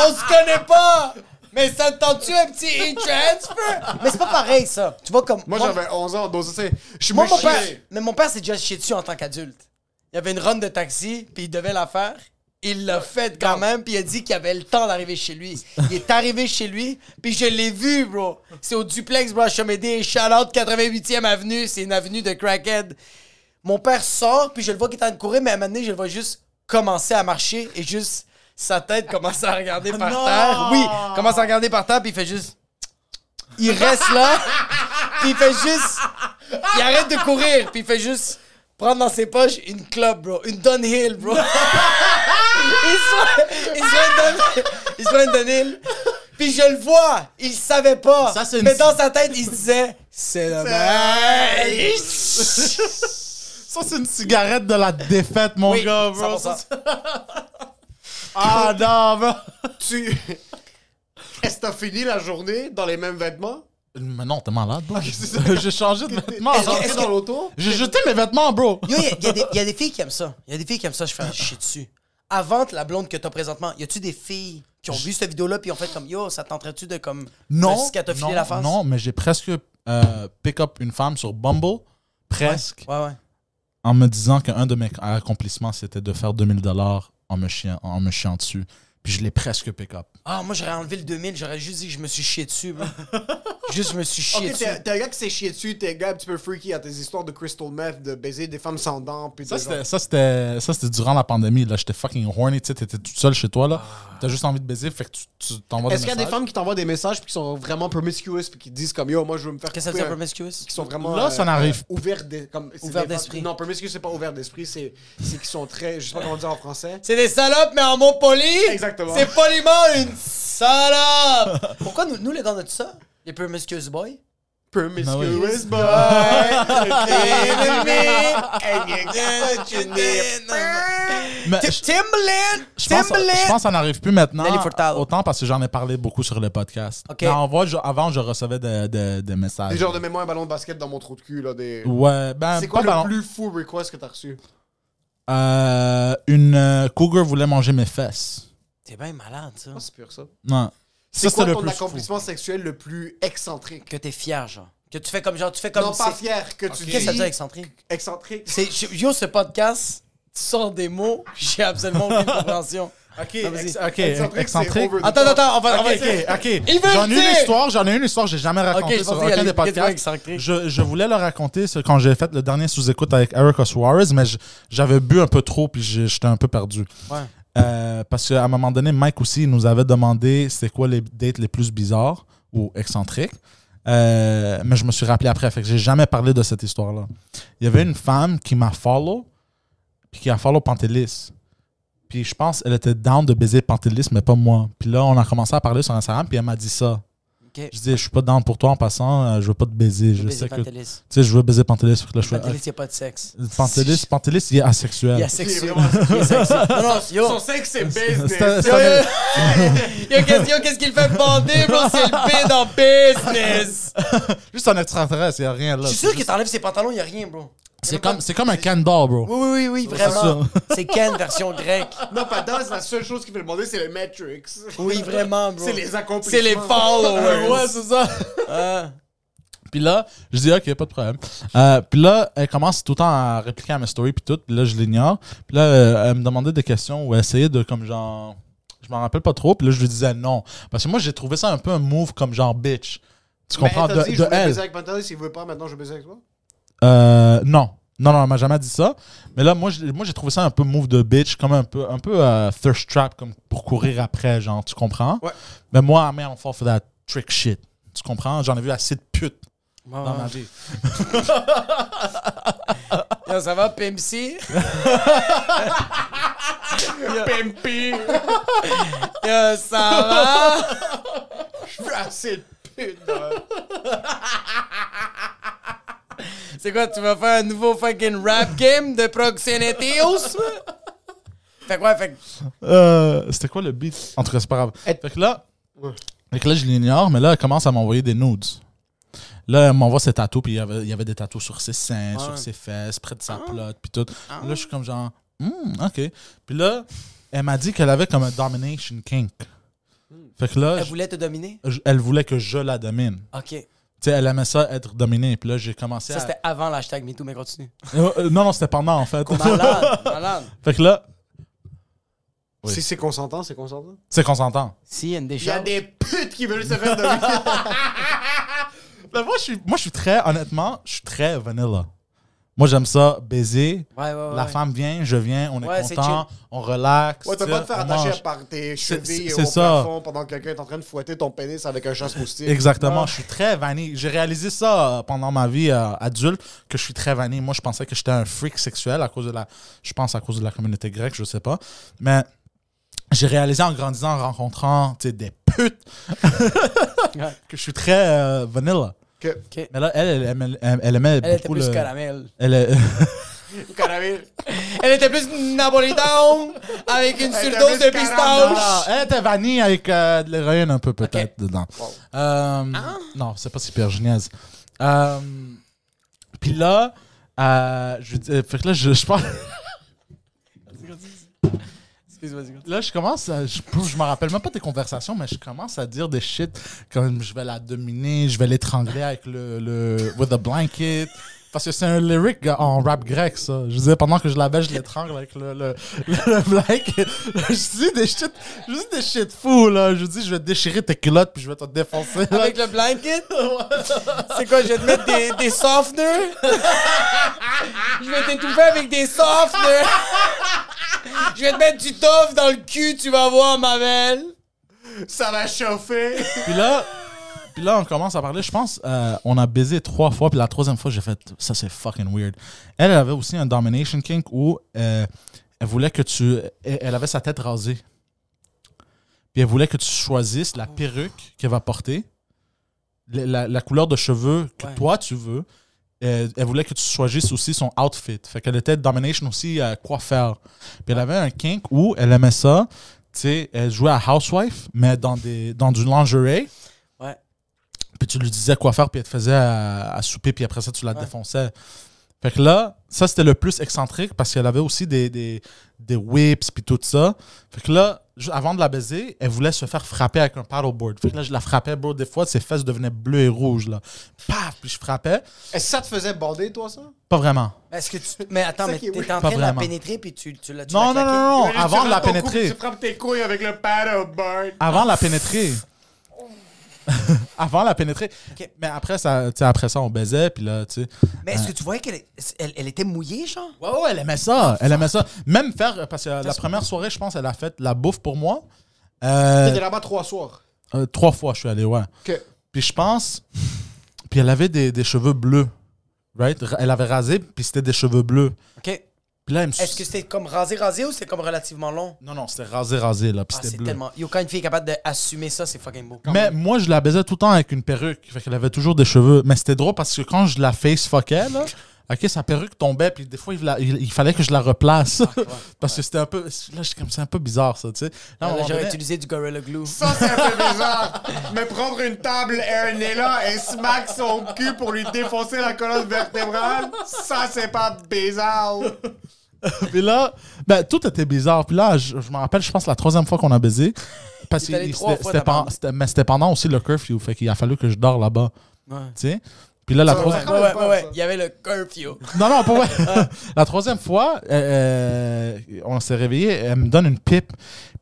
B: On se connaît pas Mais ça te tente-tu un petit e-transfer Mais c'est pas pareil ça. Tu vois comme.
C: Moi, j'avais 11 ans, donc ça, c'est... Je
B: Moi,
C: me
B: mon père.
C: chiais.
B: Mais mon père s'est déjà chié dessus en tant qu'adulte. Il y avait une run de taxi puis il devait la faire. Il l'a faite quand même, puis il a dit qu'il avait le temps d'arriver chez lui. Il est arrivé chez lui, puis je l'ai vu, bro. C'est au duplex, bro, à Chamédé, Charlotte, 88e avenue. C'est une avenue de crackhead. Mon père sort, puis je le vois qu'il est en train de courir, mais à un moment donné, je le vois juste commencer à marcher et juste sa tête commence à regarder par terre. Oui, commence à regarder par terre, puis il fait juste. Il reste là, puis il fait juste. Il arrête de courir, puis il fait juste prendre dans ses poches une club, bro. Une downhill, bro. il se il se fait une downhill. Il se fait une downhill. Puis je le vois, il savait pas.
D: Ça, c'est une-
B: Mais dans sa tête, il se disait, c'est le mec.
D: Ça, c'est une cigarette de la défaite, mon
B: Oui,
D: gars, bro.
B: 100%.
D: Ça, c'est- ah non, bro.
C: Tu... Est-ce que t'as fini la journée dans les mêmes vêtements?
D: Mais non, t'es malade, bro. J'ai changé de vêtements.
B: Est-ce que-
C: T'es
B: est-ce
C: dans
B: que-
C: l'auto?
D: J'ai jeté mes vêtements, bro.
B: Yo, il y, a des- y a des filles qui aiment ça. Il y a des filles qui aiment ça, je fais un shit dessus. Avant la blonde que t'as présentement, y a-tu des filles qui ont vu cette vidéo-là puis ont fait comme Yo, ça te tenterait-tu de comme.
D: Non,
B: Ce qu'elle t'a filé
D: non,
B: la face?
D: non, mais j'ai presque euh, pick up une femme sur Bumble, presque,
B: Ouais, ouais.
D: en me disant qu'un de mes accomplissements, c'était de faire 2000 dollars en me chiant, en me chiant dessus. Puis je l'ai presque pick up.
B: Ah, moi, j'aurais enlevé le 2000, j'aurais juste dit que je me suis chié dessus, bro. juste, je me suis chié
C: Ok,
B: dessus.
C: t'es t'es un gars qui s'est chié dessus, t'es un gars un petit peu freaky à tes histoires de crystal meth, de baiser des femmes sans dents. Puis
D: Ça,
C: de genre-
D: c'était, ça, c'était, ça, c'était durant la pandémie. Là, j'étais fucking horny. Tu sais, t'étais toute seule chez toi, là. T'as juste envie de baiser, fait que tu, tu t'envoies des
C: Ah. Est-ce qu'il y a des
D: messages.
C: femmes qui t'envoient des messages puis qui sont vraiment promiscuous puis qui disent comme yo, moi je veux me faire.
B: Qu'est-ce que ça veut
C: couper
B: dire,
C: un-
B: promiscuous?
C: Qui sont vraiment. euh,
D: Là, ça n'arrive pas.
C: Ouvert d'esprit. Comme, c'est
B: Ouvert
C: des femmes-
B: d'esprit.
C: Non, promiscuous, c'est pas ouvert d'esprit, c'est, c'est qu'ils sont très. Je sais pas comment dire en français.
B: C'est des salopes, mais en mot poli!
C: Exactement.
B: C'est poliment une salope! Pourquoi nous, nous les gars, on a tout ça? Les promiscuous boys?
D: Ah oui.
C: Promiscuous boy.
D: Mais
B: Tim-
D: je-
B: Timberland!
D: Je pense, je pense
B: Timberland!
D: que ça n'arrive plus maintenant.
B: Nelly Furtado.
D: Autant parce que j'en ai parlé beaucoup sur le podcast.
B: Ok.
D: Mais en vrai, je- avant, je recevais des des- des messages.
C: Des genres de mets-moi un ballon de basket dans mon trou de cul, là. Des...
D: Ouais, ben,
C: C'est quoi
D: pas
C: le
D: ballon.
C: plus fou request que t'as reçu
D: Euh, une euh, cougar voulait manger mes fesses.
B: T'es bien malade, ça.
C: Ah, C'est pire ça.
D: Non.
C: C'est
D: ça,
C: quoi
D: c'était le
C: ton
D: plus
C: accomplissement sexuel le plus excentrique
B: Que t'es fier, genre. Que tu fais comme genre, tu fais comme.
C: Non, pas
B: c'est-
C: fier, que
B: Qu'est-ce
C: tu
B: que ça veut
C: dis.
B: dire, excentrique?
C: Excentrique.
B: C'est- je- Yo, ce podcast, tu sors des mots, j'ai absolument aucune compréhension.
D: Ok,
B: vas-y.
D: ex-
C: Excentrique,
D: ok,
C: c'est
D: excentrique.
C: over the
B: Attends,
C: top.
B: attends, on va. on va essayer.
D: Ok, ok.
B: Il veut
D: J'en ai
B: le dire.
D: une histoire, j'en ai une histoire, que j'ai jamais racontée
B: Ok, je
D: sur
B: pensais y
D: aucun
B: aller.
D: des
B: Qu'est-ce que
D: podcasts.
B: excentrique?
D: Je, je voulais le raconter c'est quand j'ai fait le dernier sous-écoute avec Eric Suarez, mais je- j'avais bu un peu trop puis j'ai- j'étais un peu perdu.
B: Ouais.
D: Euh, parce qu'à un moment donné, Mike aussi il nous avait demandé c'est quoi les dates les plus bizarres ou excentriques. Euh, mais je me suis rappelé après, fait que j'ai jamais parlé de cette histoire-là. Il y avait une femme qui m'a follow, puis qui a follow Pantelis. Puis je pense elle était down de baiser Pantelis, mais pas moi. Puis là, on a commencé à parler sur Instagram, puis elle m'a dit ça.
B: Ok.
D: Je dis, je suis pas down pour toi en passant, euh, je veux pas te baiser. Je
B: Baiser
D: sais que tu
B: Pantelis.
D: sais, je veux baiser Pantelis. Fait que là, je fais,
B: Pantelis, y a pas de sexe.
D: ah, Pantelis, euh, Pantelis, il est asexuel.
B: Il y a sexe. Il est sexy. Non, non, yo.
C: Son sexe, c'est
D: C'est un-
C: business.
D: c'est un-
B: Yo, qu'est-ce yo, qu'est-ce qu'il fait bander, bro? C'est le bid en business.
D: Juste un extraterrestre, il y a rien là.
B: Je suis sûr que t'enlèves ses pantalons, y a rien, bro.
D: C'est comme, c'est comme un candor, bro.
B: Oui, oui, oui, oui, vraiment. C'est Ken version grecque.
C: Non, pas dans, la seule chose qu'il peut demander, c'est le Matrix.
B: Oui, vraiment, bro.
C: C'est les accomplissements.
B: C'est les followers.
D: Ouais, c'est ça.
B: Ah.
D: Puis là, je dis, OK, pas de problème. Euh, puis là, elle commence tout le temps à répliquer à mes stories, puis tout. Puis là, je l'ignore. Puis là, euh, elle me demandait des questions ou elle essayait de, comme genre, je m'en rappelle pas trop. Puis là, je lui disais non. Parce que moi, j'ai trouvé ça un peu un move comme genre bitch. Tu comprends? De,
C: Ben, dit,
D: de
C: je voulais
D: elle.
C: baiser avec Pantelis, il veut pas, maintenant je vais baiser avec toi.
D: Euh, non. Non, non, elle m'a jamais dit ça. Mais là, moi, j'ai- moi, j'ai trouvé ça un peu move de bitch, comme un peu, un peu euh, thirst trap, comme pour courir après, genre, tu comprends?
C: Ouais.
D: Mais moi, I'm on for that trick shit. Tu comprends? J'en ai vu assez de putes dans
C: Ah,
D: ma vie.
B: Yo, ça va, PMC?
C: Pimpy!
B: Yo, ça va?
C: Je veux assez de pute, là.
B: C'est quoi, tu vas faire un nouveau fucking rap game de proxénétisme? fait quoi, fait que
D: Euh, C'était quoi le beat? En tout cas, c'est pas grave.
C: Et-
D: Fait que là,
C: Ouais.
D: fait que là je l'ignore, mais là, elle commence à m'envoyer des nudes. Là, elle m'envoie ses tatous, puis il y avait- il y avait des tatous sur ses seins, sur ses fesses, près de sa
B: Ah.
D: plotte, puis tout. Là, je suis comme genre, Hmm, OK. Puis là, elle m'a dit qu'elle avait comme un domination kink. Fait que là,
B: Hmm. elle
D: je-
B: voulait te dominer?
D: je- elle voulait que je la domine.
B: Ok.
D: Tu sais, elle aimait ça être dominée. Puis là, j'ai commencé
B: Ça,
D: à.
B: c'était avant l'hashtag MeToo, mais continue.
D: Euh, euh, non, non, c'était pendant, en fait.
B: Malade, malade.
D: fait que là, Oui.
C: Si c'est consentant, c'est consentant.
D: c'est qu'on s'entend.
B: Si, il y a une
C: Il y a
B: décharge.
C: des putes qui veulent se faire dominer.
D: Ben, moi, je suis, moi, je suis très, honnêtement, je suis très vanilla. Moi, j'aime ça, baiser.
B: Ouais, ouais, ouais.
D: La femme vient, je viens, on est
B: Ouais, c'est
D: content, on relaxe.
C: Ouais, t'as
D: tu
C: pas
D: sais,
C: de faire
D: on
C: attacher
D: mange.
C: par tes
D: C'est-
C: chevilles
D: c'est-
C: au
D: c'est ça.
C: plafond pendant que quelqu'un est en train de fouetter ton pénis avec un chasse moustique.
D: Exactement, je suis très vanille. J'ai réalisé ça euh, pendant ma vie euh, adulte que je suis très vanille. Moi, je pensais que j'étais un freak sexuel à cause de la, je pense à cause de la communauté grecque, je sais pas. Mais j'ai réalisé en grandissant, en rencontrant tu sais, des putes, que je suis très euh, vanilla.
C: Que-
D: Mais là, elle, elle aimait, elle aimait
B: Elle était
D: beaucoup
B: plus
D: le.
B: caramel.
D: Elle est-
E: Elle était plus Napolitan avec une surdose de pistache.
D: Ah, Elle était vanille avec euh, de l'héroïne un peu peut-être dedans. Euh, Non, c'est pas super géniaise. Euh, Puis là, euh, je, veux dire- fait que là, je, je parle.
E: Excuse-moi, excuse-moi.
D: Là, je commence à. Je, je me rappelle même pas tes conversations, mais je commence à dire des shit comme je vais la dominer, je vais l'étrangler avec le, le. with a blanket. Parce que c'est un lyric en rap grec, ça. Je disais, pendant que je l'avais, je l'étrangle avec le, le, le- le blanket. Je dis des shit. Je dis des shit fous, là. Je dis, je vais te déchirer tes culottes, puis je vais te défoncer. là.
E: Avec le blanket? C'est quoi, je vais te mettre des, des softeners? je vais t'étouffer avec des softeners! je vais te mettre du toffe dans le cul, tu vas voir, ma belle!
C: Ça va chauffer.
D: Puis là, puis là, on commence à parler. Je pense, euh, on a baisé trois fois. Puis la troisième fois, j'ai fait, ça c'est fucking weird. Elle, elle avait aussi un domination kink où euh, elle voulait que tu, elle, elle avait sa tête rasée. Puis elle voulait que tu choisisses la perruque qu'elle va porter, la, la- la couleur de cheveux que toi tu veux. Euh, elle voulait que tu choisisses aussi son outfit. Fait qu'elle était domination aussi à quoi faire. Puis elle avait un kink où elle aimait ça. Tu sais, elle jouait à Housewife, mais dans, des, dans du lingerie.
E: Ouais.
D: Puis tu lui disais quoi faire, puis elle te faisait à, à souper, puis après ça, tu la défonçais. Fait que là, ça, c'était le plus excentrique parce qu'elle avait aussi des, des, des whips, puis tout ça. Fait que là, ju- avant de la baiser, elle voulait se faire frapper avec un paddleboard. Fait que là, je la frappais, bro. Des fois, ses fesses devenaient bleues et rouges, là. Paf! Puis je frappais.
C: Est-ce que ça te faisait border, toi, ça?
D: Pas vraiment.
B: Est-ce que tu. Mais attends,
C: C'est
B: mais
C: qui est
B: t'es
C: weird.
B: en
D: Pas
B: train de la
D: vraiment.
B: pénétrer puis tu, tu l'as. tu
D: Non,
B: l'as
D: non,
B: claqué.
D: non, non, Avant de la
C: Tu rentres ton cou,
D: pénétrer.
C: Tu frappes tes couilles avec le paddleboard.
D: Avant de la pénétrer. Avant de la pénétrer.
B: Ok.
D: Mais après ça, tu sais, après ça, on baisait, puis là, tu sais.
B: Mais est-ce que tu voyais qu'elle elle, elle était mouillée, genre?
D: Ouais, ouais, elle aimait ça. Elle aimait ça. Même faire, parce que euh, la première soirée, je pense, elle a fait la bouffe pour moi. Euh,
C: T'étais là-bas trois soirs.
D: euh, trois fois, je suis allé, ouais.
C: Ok.
D: Puis je pense. Puis elle avait des, des cheveux bleus. Right? Ra- Elle avait rasé, puis c'était des cheveux bleus.
B: OK.
D: Puis là, elle me
B: Est-ce que c'était comme rasé, rasé ou c'était comme relativement long?
D: Non, non, c'était rasé, rasé, là, puis
B: Ah,
D: c'était
B: c'est
D: bleu.
B: tellement. Yo, quand une fille est capable d'assumer ça, c'est fucking beau.
D: Mais moi, je la baisais tout le temps avec une perruque. Fait qu'elle avait toujours des cheveux. Mais c'était drôle parce que quand je la face fuckais, là, ok, sa perruque tombait. Puis des fois, il, la- il- il fallait que je la replace.
B: Ah,
D: parce que c'était un peu. Là, j'étais comme c'est un peu bizarre, ça, tu sais. Là, à un
B: Là,
D: moment
B: J'aurais
D: donné-
B: utilisé du Gorilla Glue.
C: Ça, c'est un peu bizarre. Mais prendre une table là et smack son cul pour lui défoncer la colonne vertébrale, ça, c'est pas bizarre.
D: Puis là, ben, tout était bizarre. Puis là, je, je me rappelle, je pense, la troisième fois qu'on a baisé. Parce que
B: allé
D: il-
B: trois
D: c'était-
B: fois,
D: c'était
B: t'as
D: pendant-
B: pas-
D: c'était- mais c'était pendant aussi le curfew. Fait qu'il a fallu que je dors là-bas. Tu sais? Puis là, la troisième.
B: Ouais, ouais, ouais, ouais. Il y avait le curfew.
D: Non, non, pour vrai. La troisième fois, euh, euh, on s'est réveillé, elle me donne une pipe.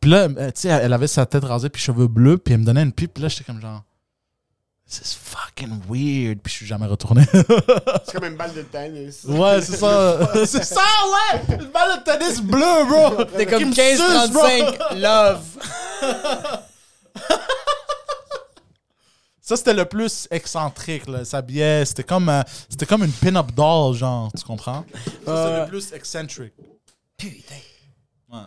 D: Puis là, euh, tu sais, elle avait sa tête rasée, puis cheveux bleus, puis elle me donnait une pipe. Puis là, j'étais comme genre, This is fucking weird. Puis je suis jamais retourné.
C: C'est comme une balle de tennis.
D: ouais, c'est ça. c'est ça, ouais. Une balle de tennis bleue, bro.
E: T'es
D: Qui
E: comme
D: me suce, bro.
E: 15-35, love!
D: Ça, c'était le plus excentrique, là. Elle S'habillait. C'était comme, euh, c'était comme une pin-up Euh, doll, genre. Tu comprends? Ça, c'est le plus excentrique.
B: Putain.
D: Ouais.